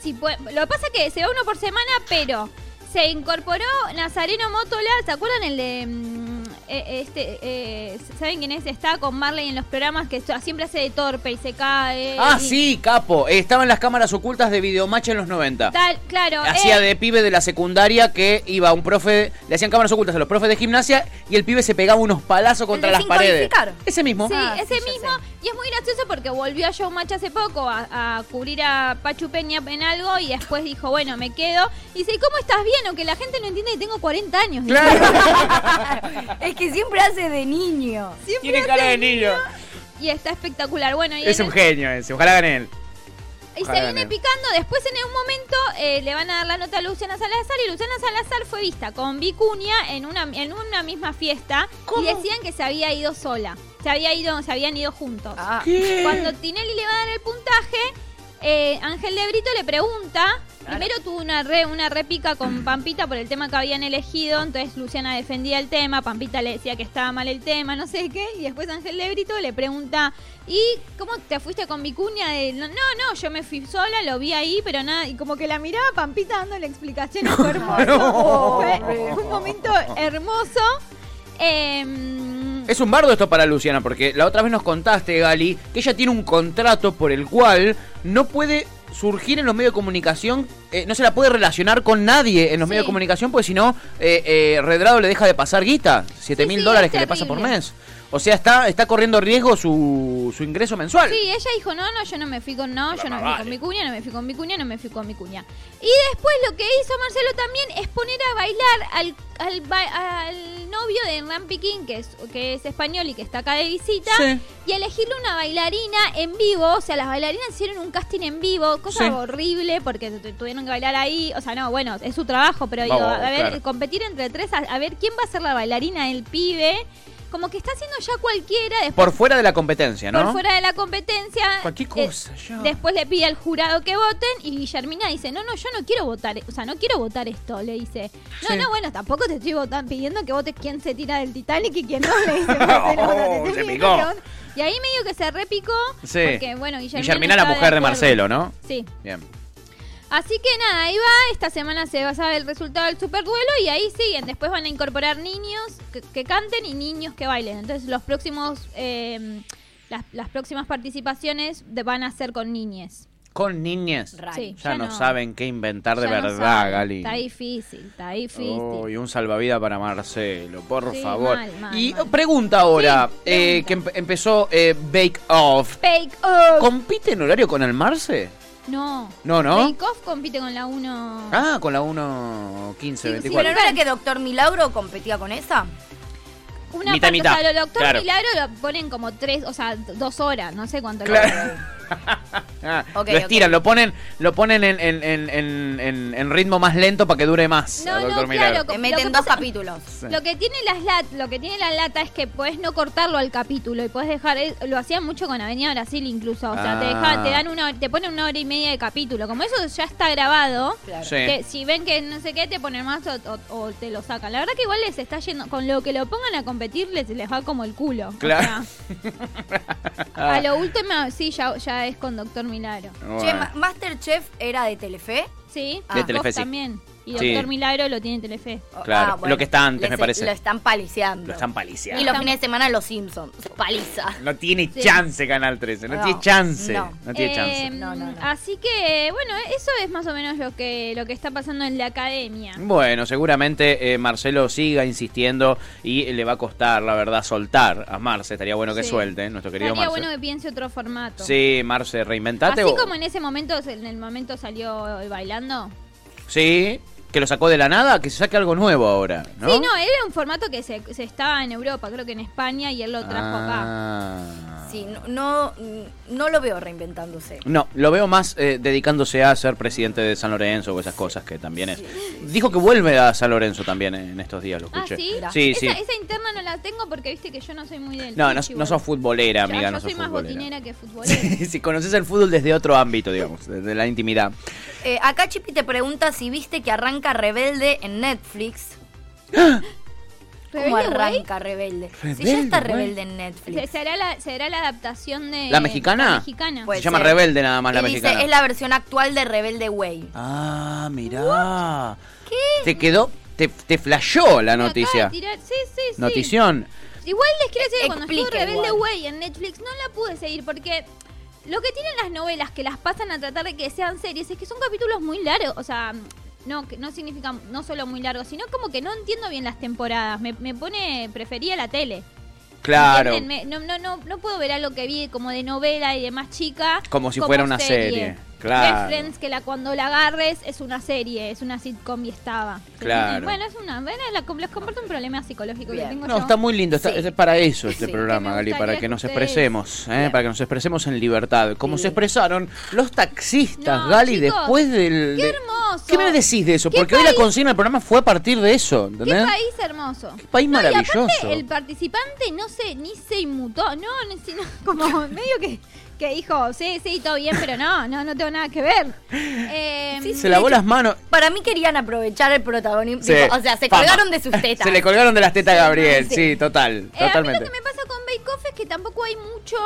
S5: Sí puede, lo que pasa es que se va uno por semana, pero se incorporó Nazareno Mótola. ¿Se acuerdan el de.? mm, eh, este, eh, ¿Saben quién es? Está con Marley en los programas que esto- siempre hace de torpe y se
S4: Eh,
S5: cae.
S2: Ah,
S5: y
S2: sí, capo. Estaba en las cámaras ocultas de Videomatch en los 90.
S5: Tal, claro. eh,
S2: Hacía
S5: él.
S2: de pibe de la secundaria que iba un profe, le hacían cámaras ocultas a los profes de gimnasia y el pibe se pegaba unos palazos contra
S4: de
S2: las
S4: sin
S2: paredes.
S4: codificar.
S2: Ese mismo.
S5: Sí,
S4: Ah, sí,
S5: ese
S4: ya
S5: mismo.
S4: sé.
S5: Y es muy gracioso porque volvió a Showmatch hace poco a, a cubrir a Pachu Peña en algo y después dijo, bueno, me quedo. Y dice, "¿Y ¿cómo estás bien? Aunque la gente no entiende que tengo 40 años.
S4: es que siempre hace de niño.
S5: Siempre
S2: [laughs] Tiene cara de niño.
S5: Y está espectacular. Bueno, y
S2: Es
S5: en
S2: un
S5: el-
S2: genio ese, ojalá gane él.
S5: Y se
S2: Ojalá
S5: viene
S2: gane.
S5: picando. Después, en un momento, eh, le van a dar la nota a Luciana Salazar. Y Luciana Salazar fue vista con Vicuña en una, en una misma fiesta. Y decían que se había ido sola. Se, había ido, se habían ido juntos.
S4: Ah.
S5: Cuando Tinelli le va a dar el puntaje, eh, Ángel de Brito le pregunta. Primero tuvo una re, una repica con Pampita por el tema que habían elegido, entonces Luciana defendía el tema, Pampita le decía que estaba mal el tema, no sé qué, y después Ángel de Brito le pregunta, ¿y cómo te fuiste con Vicuña? De, no, no, yo me fui sola, lo vi ahí, pero nada, y como que la miraba Pampita dándole explicaciones, fue hermoso, fue un momento hermoso. Em,
S2: Es un bardo esto para Luciana, porque la otra vez nos contaste, Gali, que ella tiene un contrato por el cual no puede surgir en los medios de comunicación, eh, no se la puede relacionar con nadie en los
S5: Sí.
S2: medios de comunicación, porque si no, eh, eh, Redrado le deja de pasar guita, 7
S5: Sí,
S2: mil
S5: sí,
S2: dólares
S5: es
S2: que le pasa por
S5: terrible.
S2: mes. O sea, está, está corriendo riesgo su, su ingreso mensual.
S5: Sí, ella dijo, no, no, yo no me fui con, no, yo no me fui con mi cuña, no me fui con mi cuña, no me fui con mi cuña. Y después lo que hizo Marcelo también es poner a bailar al, al, ba- al novio de Hernán Piquín, que es, que es español y que está acá de visita,
S2: Sí.
S5: y elegirle una bailarina en vivo, o sea, las bailarinas hicieron un casting en vivo, cosa
S2: Sí.
S5: horrible, porque tu- tuvieron que bailar ahí, o sea, no, bueno, es su trabajo, pero digo,
S2: Vamos,
S5: a ver,
S2: claro.
S5: competir entre tres, a, a ver quién va a ser la bailarina del pibe, como que está haciendo ya cualquiera después
S2: Por fuera de la competencia, ¿no?
S5: por fuera eh, de la competencia.
S2: Cualquier cosa, ya.
S5: Después le pide al jurado que voten y Guillermina dice, no, no, yo no quiero votar, o sea, no quiero votar esto, le dice. No,
S2: Sí.
S5: no, bueno, tampoco te estoy votando, pidiendo que votes quién se tira del Titanic y quién no, le
S2: [laughs]
S5: dice. Marcelo, o sea, te
S2: Oh,
S5: estoy
S2: se
S5: pidiendo
S2: picó.
S5: que votes. Y ahí medio que se repicó,
S2: Sí.
S5: porque bueno, Guillermina,
S2: Guillermina, la
S5: estaba
S2: mujer de
S5: acuerdo.
S2: Marcelo, ¿no?
S5: Sí.
S2: Bien.
S5: Así que nada, ahí va. Esta semana se va a saber el resultado del superduelo y ahí siguen. Después van a incorporar niños que, que canten y niños que bailen. Entonces los próximos, eh, las, las próximas participaciones de- van a ser con niñes.
S2: Con niñez.
S4: Raro.
S5: Sí,
S2: Ya, no, saben qué inventar de
S5: ya no
S2: verdad,
S5: saben.
S2: Gali.
S5: Está difícil, está difícil.
S2: Oh, y un salvavidas para Marcelo, por
S5: Sí,
S2: favor.
S5: mal, mal,
S2: y
S5: mal.
S2: pregunta ahora,
S5: Sí,
S2: eh,
S5: pregunta.
S2: que empe- empezó eh, Bake Off.
S5: Bake Off.
S2: ¿Compite en horario con Almarce?
S5: No.
S2: No, no.
S5: Bake Off compite con la 1.
S2: Ah, con la 1.15,
S5: Sí, sí,
S4: Pero
S2: 24.
S4: no era que Doctor Milagro competía con esa.
S5: Una
S2: Mitad,
S5: parte, o sea,
S2: mitad,
S5: lo doctor
S2: claro.
S5: Milagro lo ponen como tres, o sea, dos horas, no sé cuánto.
S2: Claro. Ah,
S4: Ok,
S2: lo estiran, lo ponen, lo ponen en, en- en- en- en- en ritmo más lento para que dure más.
S5: No,
S2: a
S5: no,
S2: Doctor
S5: claro,
S2: Milagro.
S5: Lo
S4: Te
S5: que
S4: meten dos
S5: pasa-
S4: capítulos.
S5: Lo que tiene las lat- lo que tiene la lata es que puedes no cortarlo al capítulo y puedes dejar eh, lo hacían mucho con Avenida Brasil incluso, o sea, te dejaban-
S2: Ah.
S5: te dan una te ponen una hora y media de capítulo, como eso ya está grabado.
S4: Claro.
S2: Sí.
S5: que si ven que no sé qué te ponen más o, o- o te lo sacan. La verdad que igual les está yendo con lo que lo pongan a
S2: [laughs]
S5: competir les, les va como el culo. o
S2: Claro. Ah,
S5: sea, a lo último sí ya, ya ahora es con Doctor Milagro.
S4: Che, Ma- Masterchef era de Telefe.
S5: Sí,
S4: Ah. De
S2: Telefe,
S5: Vos
S2: sí.
S5: también. Y
S2: Sí.
S5: Doctor Milagro lo tiene Telefe.
S4: O- ah,
S2: Claro, lo que está antes,
S4: les-
S2: me parece.
S4: Lo están paliciando.
S2: Lo están paliciando.
S4: Y los fines de semana los Simpsons. Paliza.
S2: No tiene
S5: Sí.
S2: chance Canal 13, no,
S4: No,
S2: tiene chance. No,
S4: no.
S2: tiene
S5: Eh,
S2: chance.
S4: No, no, no.
S5: Así que, bueno, eso es más o menos lo que, lo que está pasando en la academia.
S2: Bueno, seguramente eh, Marcelo siga insistiendo y le va a costar, la verdad, soltar a Marce. Estaría bueno que
S5: Sí.
S2: suelte, ¿eh? nuestro querido
S5: Estaría
S2: Marce.
S5: bueno que piense otro formato.
S2: Sí, Marce, reinventate.
S5: Así
S2: o-
S5: como en ese momento, en el momento salió el bailando.
S2: Sí, que lo sacó de la nada, que se saque algo nuevo ahora, ¿no?
S5: Sí, no, era un formato que se, se estaba en Europa, creo que en España, y él lo trajo acá.
S2: Ah.
S4: Sí, no, no, no lo
S2: [laughs]
S4: veo reinventándose.
S2: No, lo veo más eh, dedicándose a ser presidente de San Lorenzo o esas cosas que también es. Dijo que vuelve a San Lorenzo también eh, en estos días, lo
S5: Ah,
S2: escuché.
S5: ¿sí?
S2: Sí,
S5: esa,
S2: sí.
S5: esa interna no la tengo porque viste que yo no soy muy del
S2: No, no,
S5: fútbol.
S2: no sos futbolera,
S5: Yo-
S2: amiga,
S5: yo
S2: no sos
S5: soy más
S2: futbolera.
S5: botinera
S2: [laughs]
S5: que futbolera.
S2: si conoces el fútbol desde otro ámbito, digamos, desde la intimidad.
S4: Eh, acá Chipi te pregunta si viste que arranca Rebelde en Netflix. ¿Cómo
S5: Rebelde, güey.
S4: arranca Rebelde? Si ya
S2: Rebelde, güey.
S4: está Rebelde en
S5: Se-
S4: Netflix.
S5: será, la, será la adaptación de.
S2: ¿La mexicana?
S5: La mexicana.
S4: Puede
S2: Se llama
S4: ser.
S2: Rebelde nada más la
S4: Y dice,
S2: mexicana.
S4: es la versión actual de Rebelde Way.
S2: Ah, mirá. ¿Qué? Te quedó, te, te flashó la
S5: Me acaba
S2: noticia.
S5: de tirar- Sí, sí, sí.
S2: Notición.
S5: Igual les quiero decir que cuando estuvo
S4: Explica
S5: Rebelde
S4: igual.
S5: Way en Netflix no la pude seguir porque lo que tienen las novelas que las pasan a tratar de que sean series es que son capítulos muy largos. O sea, no, que no significa no solo muy largos, sino como que no entiendo bien las temporadas. Me, me pone, prefería la tele.
S2: Claro.
S5: ¿entienden? Me- no, no, no, no puedo ver algo que vi como de novela y de más chica.
S2: Como si fuera una serie, claro.
S5: Ves Friends, que la, cuando la agarres es una serie, es una sitcom y estaba.
S2: Claro.
S5: Bueno, es una. Bueno, la, les comparto un problema psicológico
S4: Bien.
S5: que tengo
S2: No,
S5: yo.
S2: está muy lindo. está-
S4: Sí.
S2: Es para eso este
S4: Sí,
S2: programa,
S5: que me
S2: Gali, para
S5: gustaría
S2: que
S5: que
S2: nos
S5: ustedes-
S2: expresemos, ¿eh?
S4: Bien.
S2: para que nos expresemos en libertad, como
S4: Sí.
S2: se expresaron los taxistas,
S5: No,
S2: Gali,
S5: chicos,
S2: después del...
S5: qué
S2: de-
S5: hermoso.
S2: ¿Qué me decís de eso?
S5: ¿Qué
S2: Porque hoy la
S5: país?
S2: consigna del programa fue a partir de eso,
S5: Qué
S2: ¿entendés?
S5: país hermoso.
S2: Qué país
S5: No, y
S2: maravilloso.
S5: aparte, el participante no se, ni se inmutó. No, no, sino [laughs] como medio que, que dijo, sí, sí, todo bien, pero no, no, no tengo nada
S2: [laughs]
S5: que ver. Eh,
S2: Se lavó las manos.
S4: Para mí querían aprovechar el protagonismo.
S2: Sí.
S4: Digo, O sea, se
S2: Fama. [laughs]
S4: colgaron de sus tetas.
S2: Se le colgaron de las tetas a Gabriel, sí,
S5: sí.
S2: total,
S5: eh, a mí lo
S2: totalmente.
S5: que me pasa con Bake Off es que tampoco hay mucho...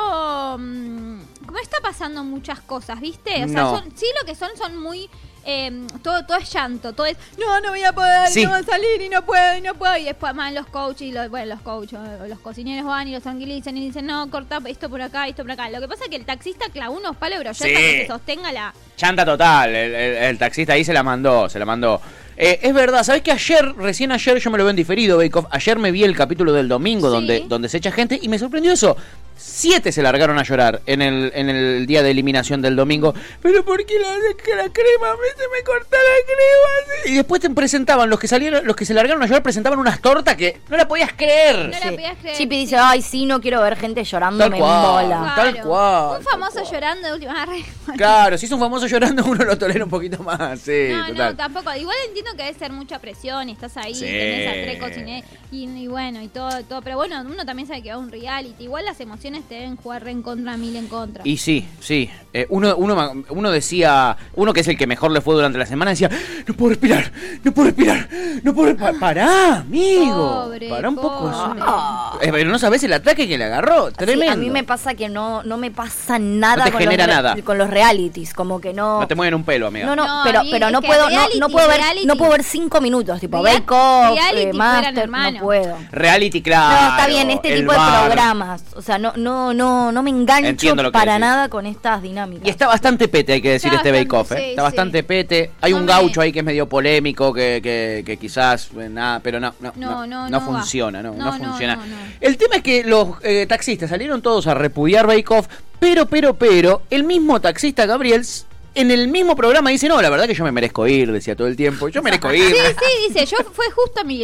S5: mm, como está pasando muchas cosas, ¿viste? O sea,
S2: No.
S5: son- sí lo que son son muy... eh, todo, todo es llanto, todo es no, no voy a poder,
S2: Sí.
S5: no voy a salir y no puedo, y no puedo. Y después van los coaches, y los, bueno, los coaches, eh, los cocineros van y los tranquilizan y dicen, no, corta esto por acá, esto por acá. Lo que pasa es que el taxista clavó unos palos de brocheta
S2: Sí.
S5: que se sostenga la.
S2: Chanta total, el, el- el taxista ahí se la mandó, se la mandó. Eh, es verdad, ¿sabés que ayer, recién ayer, yo me lo veo en diferido, Bake Off, ayer me vi el capítulo del domingo
S5: Sí.
S2: donde, donde se echa gente y me sorprendió eso. Siete se largaron a llorar en el, en el día de eliminación del domingo. Pero ¿por qué la, la crema? Me, se me corta la crema. Y después te presentaban, los que salieron, los que se largaron a llorar presentaban unas tortas que no la podías creer.
S5: No la podías creer, Ah,
S4: Chipi
S5: sí.
S4: dice, ay, sí, no quiero ver gente llorando,
S2: Tal
S4: me
S2: cual.
S4: embola.
S2: Tal cual, tal
S5: Un famoso
S2: cual.
S5: llorando de última. [laughs] Ah, re-
S2: Claro, si es un famoso llorando, [laughs] uno lo tolera un poquito más. Sí,
S5: no,
S2: total.
S5: no, tampoco. Igual entiendo que debe ser mucha presión, estás ahí,
S2: Sí.
S5: tenés a tres cocineros y, y bueno, y todo, todo. Pero bueno, uno también sabe que va a un reality. Igual las emociones te deben jugar re en contra, mil en contra.
S2: Y sí, sí. Eh, uno, uno, ma- uno decía, uno que es el que mejor le fue durante la semana, decía, no puedo respirar, no puedo respirar, no puedo respirar. pará, amigo.
S5: Pobre,
S2: pará un poco. es un-
S5: pobre.
S2: Eh, pero no sabes el ataque que le agarró.
S4: Sí,
S2: Tremendo.
S4: a mí me pasa que no, no me pasa nada,
S2: No te
S4: con, los,
S2: genera
S4: re-
S2: nada.
S4: con los realities, como que no...
S2: No te mueven un pelo, amiga.
S4: No, no,
S5: No, a
S4: pero,
S5: mí
S4: pero
S5: es
S4: no
S5: que
S4: puedo,
S5: reality,
S4: no, no puedo ver,
S5: reality.
S4: no puedo ver cinco minutos, tipo
S5: Real-
S4: Bake Off,
S5: reality
S4: eh,
S5: fueran
S4: Master, no
S5: hermanos.
S4: puedo.
S2: Reality, claro.
S4: no, está bien, este
S2: el
S4: tipo
S2: bar.
S4: de programas, o sea, no, no, no, no me engancho
S2: Entiendo lo que
S4: para
S2: decís.
S4: nada con estas dinámicas.
S2: Y está bastante pete, hay que decir,
S5: Está
S2: este
S5: bastante,
S2: Bake Off. ¿eh?
S5: sí,
S2: está
S5: sí.
S2: bastante pete. Hay un
S5: No me-
S2: gaucho ahí que es medio polémico, que, que, que quizás, eh, nada, pero no, no,
S5: No,
S2: no, no
S5: no, no va.
S2: funciona, no, no
S5: No, no,
S2: funciona.
S5: no, no.
S2: El tema es que los eh, taxistas salieron todos a repudiar Bake Off, pero, pero, pero, el mismo taxista Gabriel... s- En el mismo programa dice, no, la verdad que yo me merezco ir, decía todo el tiempo. Yo merezco ir.
S5: Ah, Sí, sí, dice, yo fue justo mi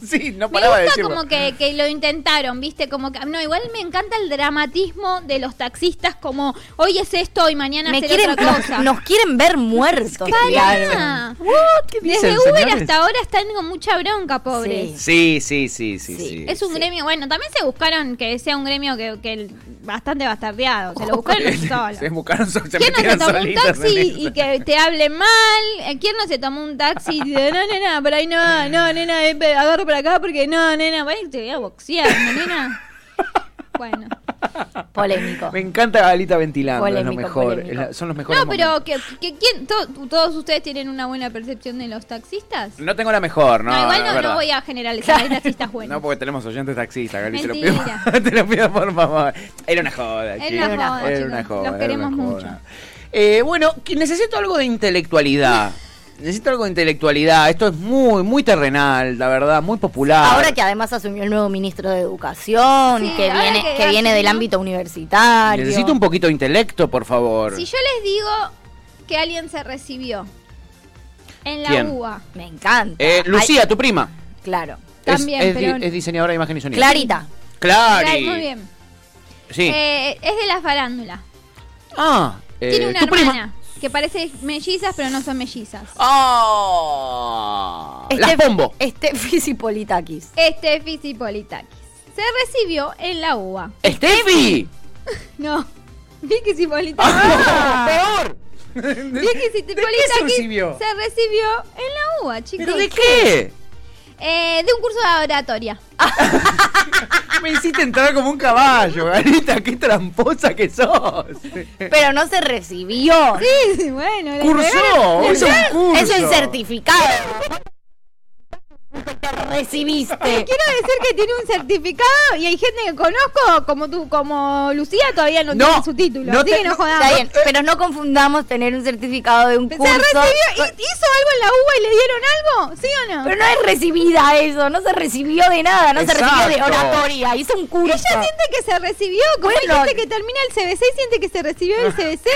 S2: [laughs] Sí, no
S5: Me
S2: paraba de
S5: gusta
S2: decirlo.
S5: como que, que lo intentaron, ¿viste? Como que, no, igual me encanta el dramatismo de los taxistas, como hoy es esto y mañana
S4: Me
S5: será
S4: quieren,
S5: otra cosa.
S4: nos, nos quieren
S5: [laughs]
S4: ver muertos. tiraron.
S5: Pará.
S2: ¿Qué dicen,
S5: Desde Uber
S2: señores?
S5: hasta ahora están con mucha bronca, pobres.
S4: Sí.
S2: Sí, sí, sí, sí,
S4: Sí.
S2: sí.
S5: Es un gremio, bueno, también se buscaron que sea un gremio que, que el- bastante bastardeado,
S2: [laughs]
S5: se lo buscaron solos.
S2: Se buscaron, so- se
S5: ¿Quién no se
S2: metieron
S5: tomó
S2: solitos
S5: un
S2: en
S5: taxi
S2: eso.
S5: y que te hable mal? Eh, ¿Quién no se tomó un taxi y dice, no, nena, por ahí no, no, nena,
S2: [laughs]
S5: eh, pe- agarro por acá porque no, nena, por ahí te voy a boxear, ¿no, nena? Bueno,
S4: Polémico.
S2: Me encanta Alita ventilando, es lo
S4: Polémico,
S2: mejor.
S4: polémico.
S2: es la- son los mejores.
S5: No, pero
S2: momentos.
S5: que, que quién- to- todos ustedes tienen una buena percepción de los taxistas.
S2: No tengo la mejor, ¿no?
S5: No, igual
S2: es
S5: no, no
S2: verdad.
S5: voy a generalizar, hay taxistas
S2: [laughs]
S5: buenos.
S2: No, porque tenemos oyentes taxistas, Gaby, te lo pido.
S5: Mentira.
S2: [laughs] te lo pido por favor. Era una joda,
S5: Era
S2: chicos.
S5: una joda,
S2: Era
S5: chicos.
S2: una joda.
S5: Los
S2: era
S5: queremos
S2: una joda.
S5: mucho.
S2: Eh, bueno, que necesito algo de intelectualidad. Necesito algo de intelectualidad. Esto es muy, muy terrenal, la verdad, muy popular.
S4: Ahora que además asumió el nuevo ministro de Educación,
S5: Sí,
S4: que
S5: ahora
S4: viene,
S5: que
S4: que, viene del
S5: asumió.
S4: ámbito universitario.
S2: Necesito un poquito de intelecto, por favor.
S5: Si yo les digo que alguien se recibió en la
S2: ¿Quién?
S5: UBA,
S4: Me encanta.
S2: Eh, Lucía,
S4: Ay,
S2: tu prima.
S4: Claro.
S2: Es-
S5: También,
S2: es, di-
S5: pero-
S2: es diseñadora de imagen y sonido.
S4: Clarita.
S2: Clari.
S5: muy bien.
S2: Sí.
S5: Eh, es de la farándula.
S2: ah, eh,
S5: Tiene una
S2: tu
S5: hermana
S2: prima.
S5: que parece mellizas, pero no son mellizas.
S2: Ah, las
S4: Este-
S2: pombo.
S4: Este Fisipolitakis.
S5: Este Politakis se recibió en la UBA.
S2: Steffi.
S5: No, [laughs] Vicky Cipolitakis.
S2: Ah, [laughs]
S4: [laughs]
S2: peor.
S5: Vicky Cipolitakis
S2: se recibió?
S5: se recibió en la UBA, chicos.
S2: ¿Pero de qué?
S5: Eh, de un curso de oratoria.
S2: Me hiciste entrar como un caballo, Garita. Qué tramposa que sos.
S4: Pero no se recibió.
S5: Sí, sí, bueno. le
S2: Cursó. Eso Oh,
S5: entregaron-
S2: es un curso.
S4: Eso es
S5: [laughs]
S4: certificado. Te recibiste.
S5: Quiero decir que tiene un certificado y hay gente que conozco, como tú, como Lucía, todavía no,
S2: No,
S5: tiene su título.
S2: no
S5: así
S2: te-
S5: que no jodamos.
S4: Está bien, pero no confundamos tener un certificado de un
S5: Se
S4: curso.
S5: recibió, hi- hizo algo en la UBA y le dieron algo, ¿sí o no?
S4: Pero no es recibida eso, no se recibió de nada, no se recibió de
S2: Exacto.
S4: oratoria, hizo un curso.
S5: Ella siente que se recibió, como hay
S4: Bueno.
S5: gente que termina el CBC y siente que se recibió el
S4: [laughs]
S5: CBC.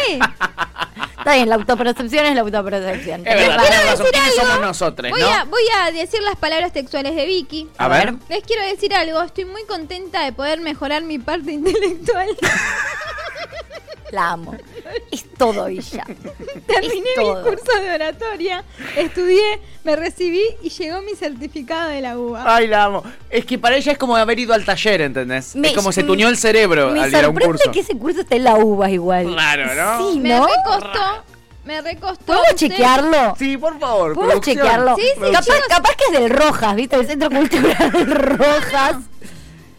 S4: Está bien, la autopercepción es la autopercepción.
S2: Es verdad,
S4: Tenés
S2: tenés
S4: razón.
S2: razón. ¿Quiénes somos nosotros,
S5: voy,
S2: no?
S5: a, voy a decir las palabras textuales de Vicky.
S2: A ver.
S5: Les quiero decir algo, estoy muy contenta de poder mejorar mi parte [laughs] intelectual.
S4: [laughs] La amo. Es todo ella.
S5: Terminé
S4: Es
S5: mi
S4: todo.
S5: curso de oratoria, estudié, me recibí y llegó mi certificado de la UBA.
S2: Ay, la amo. Es que para ella es como haber ido al taller, ¿entendés?
S4: Me-
S2: es como se tuñó el cerebro
S4: Me
S2: al ir a un
S4: sorprende
S2: curso.
S4: que ese curso esté en la uva igual.
S2: Claro, ¿no?
S4: Sí,
S5: me
S4: ¿no?
S5: recostó, me recostó.
S4: ¿Puedo
S5: Ustedes-
S4: chequearlo?
S2: Sí, por favor.
S4: ¿Puedo
S2: producción.
S4: chequearlo?
S5: Sí, sí,
S4: capaz,
S5: chicos.
S4: capaz que es del Rojas, ¿viste? El Centro Cultural [laughs] del Rojas.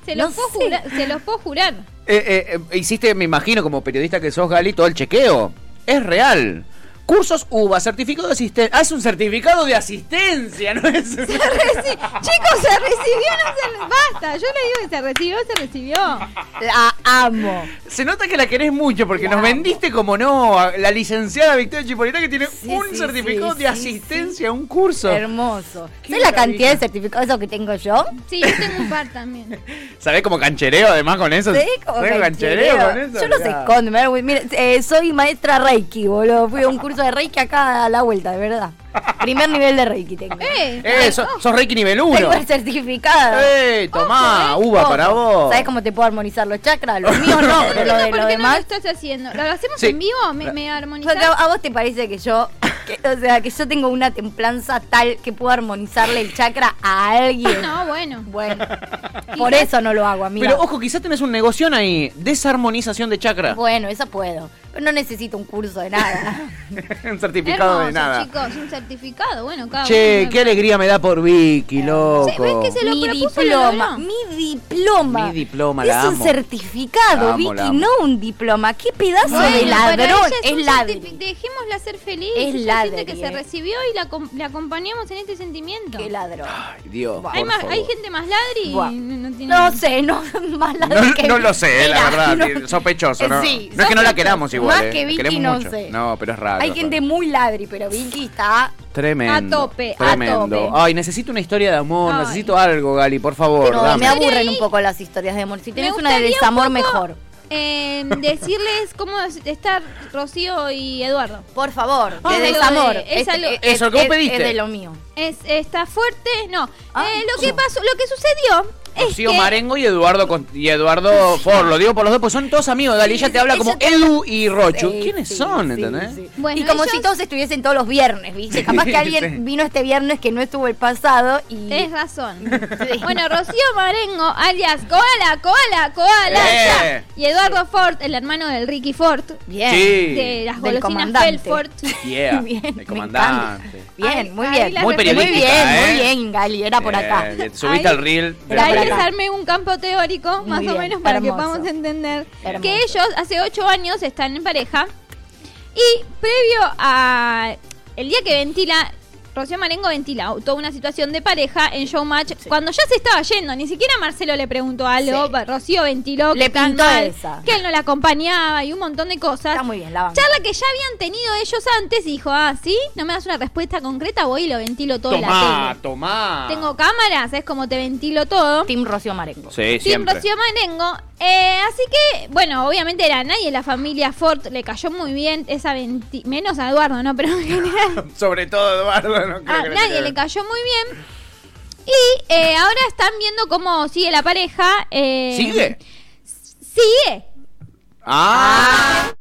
S5: Se los,
S4: No
S5: puedo
S4: sé.
S5: jurar, se los puedo jurar.
S2: Eh, eh, eh, hiciste, me imagino, como periodista que sos, Gali, todo el chequeo. Es real. Cursos UBA, certificado de asistencia. Ah, es un certificado de asistencia, [laughs] ¿no es?
S5: Reci- Chicos, se recibió, no se basta. Yo le digo que se recibió, se recibió.
S4: La amo.
S2: Se nota que la querés mucho porque nos vendiste como no a la licenciada Victoria Chipolita que tiene
S4: Sí,
S2: un
S4: sí,
S2: certificado
S4: sí,
S2: de
S4: sí,
S2: asistencia a un curso.
S4: Hermoso.
S2: Qué
S4: ¿Sabes la cantidad
S2: maravilla.
S4: de certificados que tengo yo?
S5: Sí, yo tengo un par también.
S2: ¿Sabés como canchereo además con eso?
S4: Sí,
S2: [laughs] ¿Sabés
S4: como
S2: como
S4: canchereo. Yo no sé
S2: Mirá.
S4: escondo, me da vergüenza. Mira, eh, soy maestra Reiki, boludo. Fui a un curso de Reiki acá a la vuelta, de verdad. Primer nivel de Reiki tengo.
S5: Eh,
S2: Eh, so- sos Reiki nivel 1.
S4: Tengo el Oh, certificado.
S2: ¡Eh! Tomá, uva para vos.
S4: ¿Sabes cómo te puedo armonizar los chakras? Los míos
S2: [laughs]
S4: no, pero los de
S5: Bruno, ¿por
S4: los
S5: qué no lo
S4: demás.
S5: estás haciendo? ¿Lo hacemos
S2: Sí.
S5: en vivo? ¿Me, me
S4: O sea,
S5: armonizás?
S4: ¿A vos te parece que yo, que- o sea, que yo tengo una templanza tal que puedo armonizarle el chakra a alguien?
S5: [laughs] No, bueno. [laughs]
S4: Bueno, por eso no lo hago, amiga.
S2: Pero ojo, quizás tenés un negocio ahí. Desarmonización de chakra.
S4: Bueno, eso puedo. Pero no necesito un curso de nada.
S2: [laughs] un certificado de
S5: Hermoso,
S2: nada.
S5: chicos, un certificado. Bueno, cada
S2: Che,
S5: uno-
S2: qué alegría me da por Vicky, loco.
S5: ¿ves que se lo
S4: mi
S5: propuso,
S4: diploma,
S5: lo logró.
S4: mi diploma.
S2: Mi diploma,
S4: Es
S2: la
S4: un
S2: amo.
S4: certificado,
S2: La amo, la
S4: Vicky,
S2: amo.
S4: no un diploma. Qué pedazo
S5: Bueno,
S4: de
S5: para
S4: ladrón.
S5: ella
S4: Es,
S5: un
S4: ladri.
S5: certifi- Dejémosla ser feliz.
S4: Es
S5: ella siente que
S4: ladri,
S5: se
S4: eh.
S5: recibió y la, acom- la acompañamos en este sentimiento.
S4: Qué ladrón.
S2: Ay, Dios,
S5: Hay,
S2: por
S5: más,
S2: favor.
S5: hay gente más ladri y
S4: Buah.
S5: no, no tiene...
S4: No sé, no, [laughs] más ladrón
S2: No,
S4: que
S2: no
S4: Vicky.
S2: lo sé, eh, la
S4: Mira,
S2: verdad,
S4: no-
S2: eh, sospechoso, ¿no?
S4: Sí,
S2: no es que no la
S4: sospechoso.
S2: queramos igual,
S4: Más
S2: eh,
S4: que
S2: la
S4: Vicky,
S2: queremos
S4: no
S2: mucho.
S4: sé.
S2: No, pero es raro.
S4: Hay
S2: es
S4: gente
S2: raro.
S4: muy ladri, pero Vicky está.
S2: Tremendo.
S5: A tope, a
S2: tremendo.
S5: tope.
S2: Ay, necesito una historia de amor,
S5: Ay.
S2: necesito algo, Gali, por favor,
S4: Pero
S2: dame.
S4: me aburren
S5: Ahí-
S4: un poco las historias de amor. Si
S5: Me
S4: tienes una de
S5: gustaría un
S4: desamor,
S5: poco,
S4: mejor.
S5: eh,
S4: [laughs]
S5: decirles cómo es- estar Rocío y Eduardo.
S4: Por favor,
S5: Ah,
S4: de
S5: es algo
S4: desamor. Este,
S5: de- es algo-
S2: Eso, ¿qué vos
S4: es-
S2: pediste?
S4: Es de lo mío.
S5: Es, está fuerte, no.
S4: Ah,
S5: Eh, lo que
S4: ¿cómo?
S5: pasó, lo que sucedió es
S2: Rocío
S5: que
S2: Marengo y Eduardo Con- y Eduardo For, lo digo por los dos, porque son todos amigos de Gali. Ella te habla como Edu y Rochu.
S4: Sí,
S2: ¿Quiénes
S4: sí,
S2: son,
S4: sí,
S2: entendés?
S4: sí.
S5: Bueno,
S4: y como
S5: Pues ellos-
S4: si todos estuviesen todos los viernes, ¿viste? Capaz que alguien
S2: [laughs] Sí.
S4: vino este viernes que no estuvo el pasado y.
S5: Tenés razón.
S4: [laughs] Sí.
S5: Bueno, Rocío Marengo, alias Koala, Koala, Koala,
S2: Eh.
S5: ya. y Eduardo Ford, el hermano del Ricky Ford,
S4: Bien. [laughs]
S2: Sí.
S5: de las
S4: Del
S5: golosinas
S4: comandante.
S5: Belfort.
S4: [laughs]
S2: Yeah,
S4: Bien, me
S2: el comandante.
S4: Bien,
S5: Ahí-
S4: muy
S5: ahí
S4: bien.
S5: la
S2: Muy
S5: referencia.
S4: Muy
S2: periodística,
S4: bien,
S2: ¿eh?
S4: muy bien, Gali, era por acá.
S2: Eh, subiste
S5: Ahí-
S2: al reel. de
S4: Era
S2: la
S5: Ahí
S4: por
S5: les
S4: encanta.
S5: armé un campo teórico,
S4: Muy
S5: más
S4: bien,
S5: o menos, para que
S4: hermoso.
S5: podamos entender
S4: Hermoso.
S5: que ellos hace ocho años están en pareja y previo a el día que ventila, Rocío Marengo ventila toda una situación de pareja en Showmatch cuando ya se estaba yendo, ni siquiera Marcelo le preguntó algo,
S4: Sí.
S5: Rocío ventiló que
S4: Le
S5: están
S4: pintó
S5: mal,
S4: esa.
S5: que él no la acompañaba y un montón de cosas.
S4: Está muy bien, la banco.
S5: Charla que ya habían tenido ellos antes y dijo, ah, ¿sí? ¿No me das una respuesta concreta? Voy y lo ventilo todo en la
S2: Tomá,
S5: tele.
S2: tomá.
S5: Tengo cámaras, es como te ventilo todo.
S4: Team Rocío Marengo.
S2: Sí,
S5: Team
S2: siempre.
S5: Rocío Marengo. Eh, así que, bueno, obviamente era nadie. La familia Ford le cayó muy bien esa venti- Menos a Eduardo, ¿no? [laughs] Pero en general
S2: [laughs] Sobre todo Eduardo, no creo
S5: a
S2: que
S5: Ah, nadie le cayó muy bien. Y eh, ahora están viendo cómo sigue la pareja. eh,
S2: ¿Sigue?
S5: Sigue.
S2: Ah,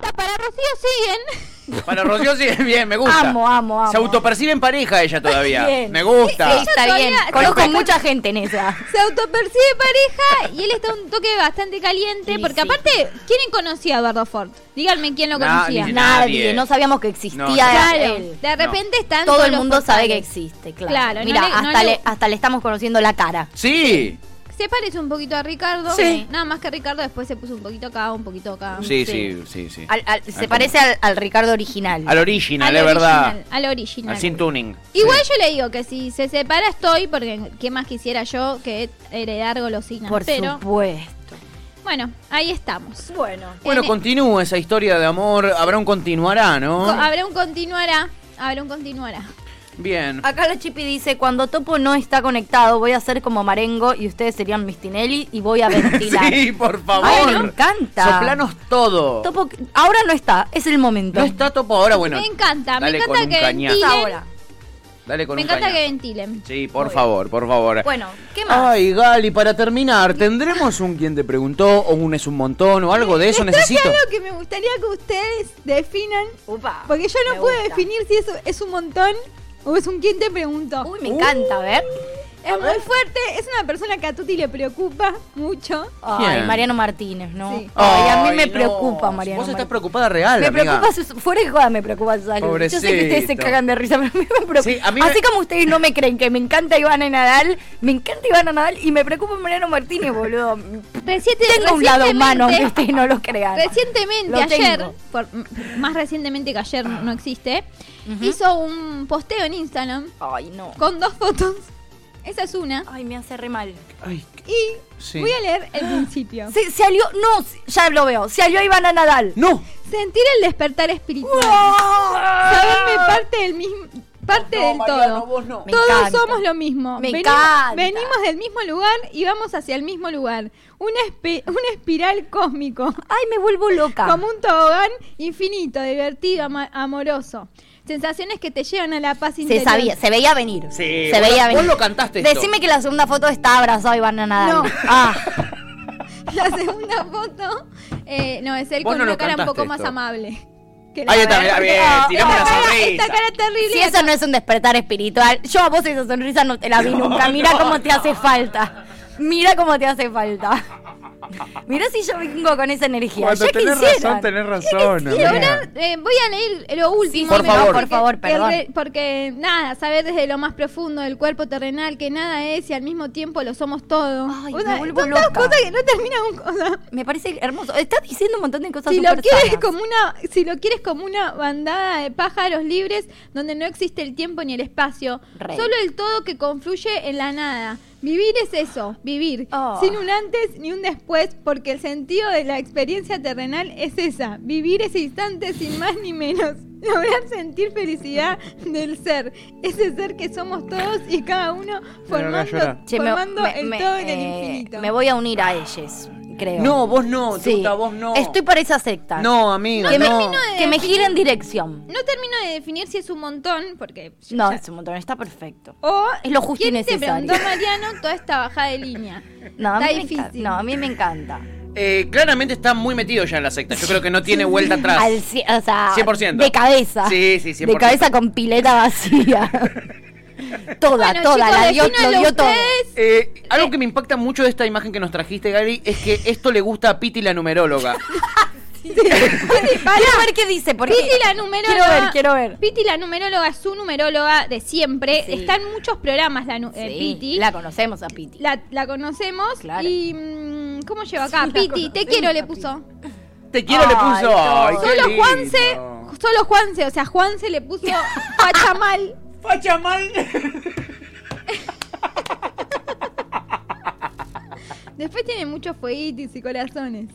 S5: Para Rocío siguen. [laughs]
S2: para Rocío sí, [laughs] bien, me gusta.
S4: Amo, amo, amo.
S2: Se autopercibe en pareja ella todavía.
S4: Bien.
S2: Me gusta.
S5: Sí,
S4: Está
S5: Yo
S4: bien.
S5: todavía-
S4: Conozco
S5: Perfecto.
S4: mucha gente en esa.
S5: Se autopercibe pareja y él está un toque bastante caliente.
S4: Y
S5: porque
S4: sí.
S5: aparte, ¿quién conocía a Eduardo Ford? Díganme quién lo
S2: Na-
S5: conocía.
S2: ni-
S4: Nadie.
S2: Nadie.
S4: No sabíamos que existía
S2: No, no.
S5: Claro,
S4: él.
S5: de repente están
S4: Todo el
S5: solos
S4: mundo sabe que
S5: portales.
S4: existe, claro.
S5: Claro, no
S4: Mira,
S5: le- no
S4: hasta,
S5: le-
S4: le, hasta le estamos conociendo la cara.
S2: Sí.
S5: Se parece un poquito a Ricardo.
S4: Sí.
S5: Nada más que Ricardo después se puso un poquito acá, un poquito acá.
S2: Sí, sí,
S4: Sí.
S2: sí, sí.
S4: Al- al- se
S2: Al-
S4: parece al, al Ricardo original.
S2: Al original,
S5: Al
S2: es verdad.
S5: original, Al original.
S2: Al sin tuning.
S5: Igual
S2: Sí.
S5: yo le digo que si se separa estoy, porque qué más quisiera yo que heredar golosinas.
S4: Por
S5: Pero
S4: supuesto.
S5: bueno, ahí estamos.
S4: Bueno.
S2: Bueno,
S5: En-
S2: continúa esa historia de amor. Habrá un continuará, ¿no?
S5: co- habrá un continuará, habrá un continuará.
S2: Bien.
S4: Acá la Chipi dice, cuando Topo no está conectado, voy a ser como Marengo y ustedes serían mis Tinelli
S2: [laughs]
S4: y voy a ventilar.
S2: Sí, por favor.
S4: Ay, me encanta.
S2: Soplanos todo.
S4: Topo, ahora no está, es el momento.
S2: No está topo ahora, bueno.
S5: me encanta, me
S2: dale con
S5: encanta
S2: un
S5: que
S2: cañazo.
S5: ventilen.
S4: Ahora.
S2: Dale con
S5: me
S2: un
S5: encanta que
S2: cañazo.
S5: ventilen.
S2: Sí, por favor, por favor.
S4: Bueno, ¿qué más?
S2: Ay, Gali, para terminar, ¿tendremos un quien te preguntó o un es un montón o algo de eso
S5: Esto es
S2: necesito?
S5: algo que me gustaría que ustedes definan,
S4: Upa,
S5: porque yo no
S4: me
S5: puedo
S4: gusta.
S5: definir si eso es un montón o es un quién te preguntó.
S4: Uy, me encanta, a ver.
S5: Es muy fuerte, es una persona que a Tuti le preocupa mucho.
S4: Ay,
S2: ¿Quién?
S4: Mariano Martínez, ¿no?
S5: Sí.
S4: Ay, a mí
S2: Ay,
S4: me
S2: no.
S4: preocupa Mariano
S2: Vos estás
S4: Martínez.
S2: preocupada real,
S4: Me
S2: amiga.
S4: preocupa su, fuera de joda me preocupa su salud. Yo sé que ustedes se
S2: Pobrecito.
S4: cagan de risa, pero a mí me preocupa.
S2: Sí, a mí me-
S4: Así como ustedes no me creen que me encanta Ivana Nadal, me encanta Ivana Nadal y me preocupa Mariano Martínez, boludo.
S5: Reciente-
S4: Tengo un lado
S5: recientemente-
S4: humano, aunque ustedes no lo crean.
S5: Recientemente,
S4: Lo
S5: ayer,
S4: tengo. Ah.
S5: por- m- más recientemente que ayer no no existe, hizo un posteo en Instagram
S4: Ay, no.
S5: con dos fotos. Esa es una.
S4: Ay, me hace re mal.
S2: Ay,
S5: Y
S2: Sí.
S5: voy a leer el principio.
S4: Se, se alió, no, ya lo veo, se alió a Ivana Nadal.
S2: no.
S5: Sentir el despertar espiritual. Saberme
S4: ¡Ah!
S5: parte del mismo. Parte del todo.
S4: Me
S5: Todos
S4: encanta.
S5: somos lo mismo.
S4: Me
S5: venimos,
S4: encanta.
S5: venimos del mismo lugar y vamos hacia el mismo lugar. Una, espe- una espiral cósmico.
S4: Ay, me vuelvo loca.
S5: Como un tobogán infinito, divertido, ama- amoroso. Sensaciones que te llevan a la paz
S4: Se
S5: interior.
S4: sabía, se veía venir.
S2: Sí,
S4: se
S2: vos lo-
S4: veía venir.
S2: vos lo cantaste esto.
S4: Decime que la segunda foto está abrazado a Ivana Nadal.
S5: No.
S4: [laughs] Ah,
S5: [laughs] La segunda foto, eh, no, es él
S2: Vos
S5: con
S2: no
S5: una
S2: lo
S5: cara un
S2: cantaste
S5: poco más
S2: esto.
S5: amable. que la
S2: Ahí está, mirá,
S5: verdad.
S2: bien,
S4: No,
S2: tirame una
S5: Esta cara-
S2: sonrisa.
S5: Esta cara terrible.
S4: si eso no es un despertar espiritual, yo a vos esa sonrisa no te la vi nunca. Mira cómo te hace falta. Mira cómo te hace falta. Mira si yo vengo con esa energía.
S2: Cuando
S4: ya
S2: tenés
S4: quisieran.
S2: razón, tenés razón.
S5: Y
S2: amiga.
S5: ahora eh, voy a leer lo último.
S2: por
S5: me-
S2: favor.
S5: porque-
S4: Por favor,
S5: que el
S4: perdón.
S5: re- Porque nada, saber desde lo más profundo del cuerpo terrenal que nada es y al mismo tiempo lo somos todo.
S4: Ay,
S5: O
S4: me
S5: sea,
S4: vuelvo
S5: tantas
S4: loca.
S5: cosas que no terminan con cosa.
S4: Me parece hermoso. Estás diciendo un montón de cosas
S5: Si lo,
S4: súper
S5: quieres
S4: sanas.
S5: como una, si lo quieres como una bandada de pájaros libres donde no existe el tiempo ni el espacio,
S4: Re.
S5: solo el todo que confluye en la nada. Vivir es eso, vivir,
S4: Oh.
S5: sin un antes ni un después, porque el sentido de la experiencia terrenal es esa, vivir ese instante sin más ni menos, [laughs] lograr sentir felicidad del ser, ese ser que somos todos y cada uno
S2: haga
S5: formando,
S2: llorar.
S4: Che, me-
S5: formando
S4: me-
S5: el
S4: me-
S5: todo en el
S4: eh,
S5: infinito.
S4: Me voy a unir a ellos, creo.
S2: No, vos no,
S4: Sí.
S2: Tuta, vos no.
S4: Estoy para esa secta.
S2: No, amiga,
S4: que me,
S2: no.
S5: de
S4: que me
S5: definir.
S4: gire en dirección.
S5: No termino de definir si es un montón, porque...
S4: No,
S5: ya-
S4: es un montón, está perfecto.
S5: O
S4: Es lo justo y
S5: ¿quién te
S4: necesario.
S5: preguntó Mariano toda esta bajada de línea?
S4: No, a mí, me
S5: Está
S4: enca-
S5: difícil.
S4: no, a mí me encanta.
S2: Eh, claramente está muy metido ya en la secta. Yo creo que no tiene
S4: [laughs]
S2: vuelta atrás.
S4: Al ci- o sea,
S2: 100%.
S4: De cabeza.
S2: Sí, sí, 100%.
S4: De cabeza con
S2: [laughs]
S4: pileta vacía. [laughs] toda,
S5: Bueno,
S4: toda,
S5: chicos,
S4: la dio, lo
S5: defínanlo
S4: dio todo.
S5: ustedes.
S2: Eh, algo que me impacta mucho de esta imagen que nos trajiste, Gary, es que esto le gusta a Piti la numeróloga.
S4: [laughs] Quiero ver qué dice, porque
S5: Piti la numeróloga.
S4: Quiero ver, quiero ver.
S5: Piti la numeróloga, su numeróloga de siempre.
S4: Sí.
S5: Está en muchos programas la nu- eh,
S4: Sí,
S5: Piti.
S4: La conocemos a Piti.
S5: La, la conocemos.
S4: Claro.
S5: Y. mm, ¿Cómo llegó acá?
S4: Sí, la
S5: Piti, te
S4: conocemos
S5: quiero,
S4: a
S5: le
S4: Piti.
S5: puso.
S2: Te quiero, le
S4: Ay,
S2: puso. Ay,
S4: todo.
S2: qué
S5: Solo
S2: lindo.
S5: Juanse. Solo Juanse, o sea, Juanse le puso
S4: [laughs]
S5: Pachamal.
S2: Pachamal.
S5: Después tiene muchos fueguitos y corazones.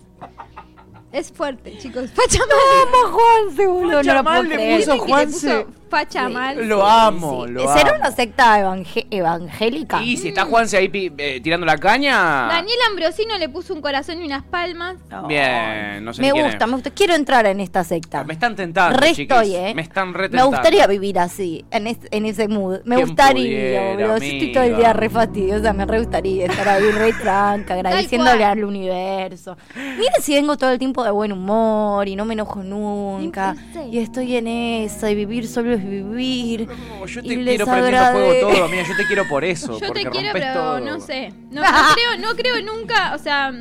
S5: Es fuerte, chicos. Pachamal.
S4: Vamos, Juanse, boludo. No lo puedo
S2: Pachamal le
S4: creer.
S2: puso
S5: ¿Vieron que le
S2: Juanse.
S5: puso Pachamal.
S2: Lo amo,
S4: Sí.
S2: lo
S4: ¿Será
S2: amo.
S4: una secta evangé- evangélica?
S2: Y si está Juanse ahí pi- eh, tirando la caña.
S5: Daniel Ambrosino le puso un corazón y unas palmas.
S4: No.
S2: Bien, no sé
S4: me
S2: ni quién
S4: gusta,
S2: es.
S4: me gusta. Quiero entrar en esta secta.
S2: Me están tentando,
S4: Re
S2: chiquis.
S4: estoy, eh.
S2: Me están
S4: Me
S2: retentando.
S4: gustaría vivir así, en, es- en ese mood. Me
S2: ¿Quién
S4: gustaría,
S2: pudiera,
S4: boludo. Si estoy todo el día
S2: amiga?
S4: re fastidiosa, me re gustaría estar ahí
S2: [laughs]
S4: re tranca, agradeciéndole
S5: cual.
S4: al universo. Mira si vengo todo el tiempo de buen humor y no me enojo nunca.
S5: Sí.
S4: Y estoy en esa, y vivir solo es vivir.
S2: No, yo
S4: y
S2: te
S4: les
S2: quiero prendiendo fuego
S4: agrade-
S2: todo, amiga. Yo te quiero por eso.
S5: Yo
S2: porque
S5: te quiero,
S2: rompes
S5: pero
S2: todo.
S5: no sé. No, no creo, no creo nunca, o sea,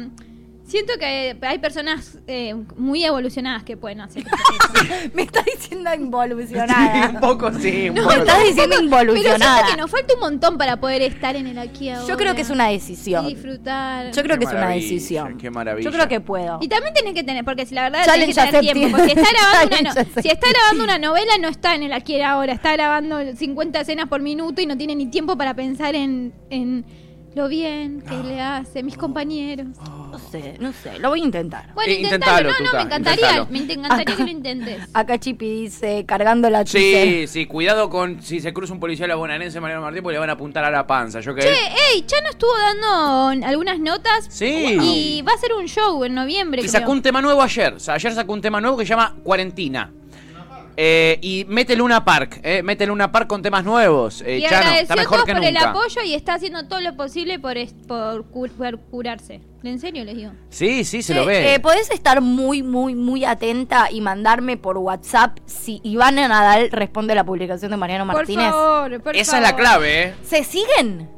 S5: siento que hay personas eh, muy evolucionadas que pueden hacer.
S4: [laughs] Me está
S2: [laughs]
S4: diciendo
S2: Sí, un
S4: involucionada.
S2: poco sí, un
S4: me
S2: poco.
S4: estás diciendo
S5: Pero siento
S4: involucionada.
S5: que nos falta un montón para poder estar en el aquí ahora.
S4: Yo creo que es una
S5: Y
S4: decisión.
S5: disfrutar.
S4: Yo creo
S2: Qué
S4: que es una
S2: maravilla,
S4: decisión.
S2: qué maravilla.
S4: Yo creo que puedo.
S5: Y también tenés que tener, porque si la verdad
S4: Challenge
S5: tenés que tener
S4: accepted.
S5: tiempo. Porque si está, grabando
S4: [laughs]
S5: una no-
S4: Challenge
S5: si está grabando una novela, no está en el aquí y ahora. Está grabando 50 escenas por minuto y no tiene ni tiempo para pensar en, en lo bien
S2: Ah.
S5: que le hace, mis compañeros.
S4: No sé, no sé. Lo voy a intentar.
S5: Bueno,
S2: Eh,
S5: intentalo.
S2: intentalo,
S5: No, no,
S2: Tuta,
S5: me encantaría.
S2: intentalo.
S5: Me encantaría
S2: [laughs]
S5: que lo intentes.
S4: Acá Chipi dice, cargando la
S2: Sí,
S4: tuce.
S2: sí, cuidado con si se cruza un policía a la bonaerense Mariano Martín porque le van a apuntar a la panza. Yo que
S5: Che, ey, Chano estuvo dando algunas notas.
S2: Sí.
S5: Y va a ser un show en noviembre.
S2: Y
S5: creo.
S2: sacó un tema nuevo ayer. O sea, ayer sacó un tema nuevo que se llama Cuarentena. Eh, y mete Luna Park, eh, mete Luna Park con temas nuevos. Eh,
S5: Y
S2: Chano,
S5: agradeció
S2: está
S5: a
S2: mejor
S5: todos
S2: que
S5: por el
S2: nunca.
S5: apoyo y está haciendo todo lo posible por, es- por, cu- por curarse. En serio les digo.
S2: Sí, sí, se
S4: Che,
S2: lo ve.
S4: eh, podés estar muy, muy, muy atenta y mandarme por WhatsApp si Ivana Nadal responde a la publicación de Mariano Martínez.
S5: Por favor, por
S2: Esa es la
S5: favor.
S2: clave, ¿eh?
S4: ¿Se siguen?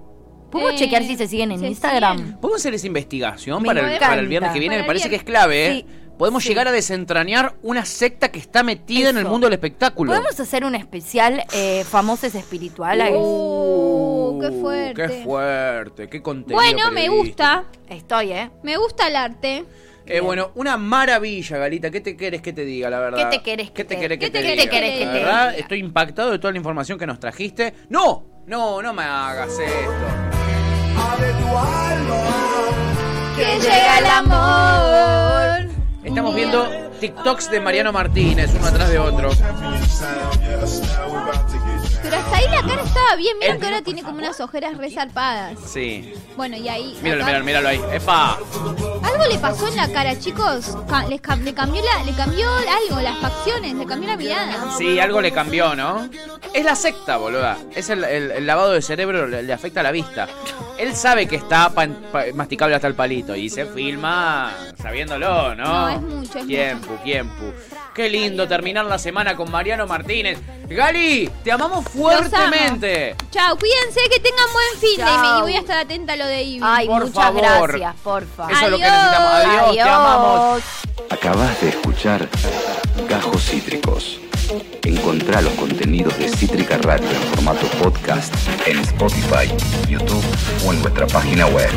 S4: ¿Podemos
S5: Eh,
S4: chequear si se siguen en
S5: se
S4: Instagram?
S5: siguen.
S2: ¿Podemos hacer esa investigación
S4: Me
S2: para el, para el
S4: encanta.
S2: viernes que viene?
S5: Para
S2: Me
S5: el
S2: parece que
S5: viernes.
S2: es clave, ¿eh?
S4: Sí,
S2: Podemos
S4: sí.
S2: llegar a desentrañar una secta que está metida en el
S4: Eso.
S2: mundo del espectáculo.
S4: ¿Podemos hacer un especial eh, famosos espirituales?
S5: Uh, qué fuerte.
S2: Qué fuerte, qué contenido.
S5: Bueno, me
S2: periodístico.
S5: gusta.
S4: Estoy, ¿eh?
S5: Me gusta el arte.
S2: Eh, bueno, una maravilla, Galita. ¿Qué te querés que te diga, la verdad?
S4: ¿Qué te querés que
S2: ¿Qué te
S4: te-
S2: querés que
S5: ¿Qué
S2: te
S5: te
S2: diga?
S5: querés que
S2: La
S5: te
S2: verdad,
S4: diga?
S2: estoy impactado de toda la información que nos trajiste. ¡No! No, no me hagas esto.
S5: Que llega el amor.
S2: Estamos viendo TikToks de Mariano Martínez, uno atrás de otro.
S5: Pero hasta ahí la cara estaba bien. Miren
S2: El-
S5: que ahora tiene como unas ojeras resarpadas.
S2: Sí.
S5: Bueno, y ahí.
S2: Míralo,
S5: acá-
S2: míralo, míralo ahí. ¡Epa!
S5: Algo le pasó en la cara, chicos. Ca- les cam- le cambió la, le cambió algo, las facciones, le cambió la mirada.
S2: Sí, algo le cambió, ¿no? Es la secta, boluda. Es el, el- el lavado de cerebro, le, le afecta a la vista. Él sabe que está pan- pa- masticable hasta el palito y se filma sabiéndolo, ¿no?
S5: No, es mucho, es
S2: Tiempo, tiempo. Qué lindo terminar la semana con Mariano Martínez. Gali, te amamos fuertemente.
S5: Chao, cuídense, que tengan buen fin de
S4: Chao.
S5: y voy a estar atenta a lo de Ibi.
S4: Ay,
S2: Por
S4: muchas
S2: favor.
S4: gracias, porfa.
S2: Eso es lo que necesitamos. Adiós, te amamos.
S1: Acabas de escuchar Gajos Cítricos. Encontrá los contenidos de Cítrica Radio en formato podcast en Spotify, YouTube o en nuestra página web.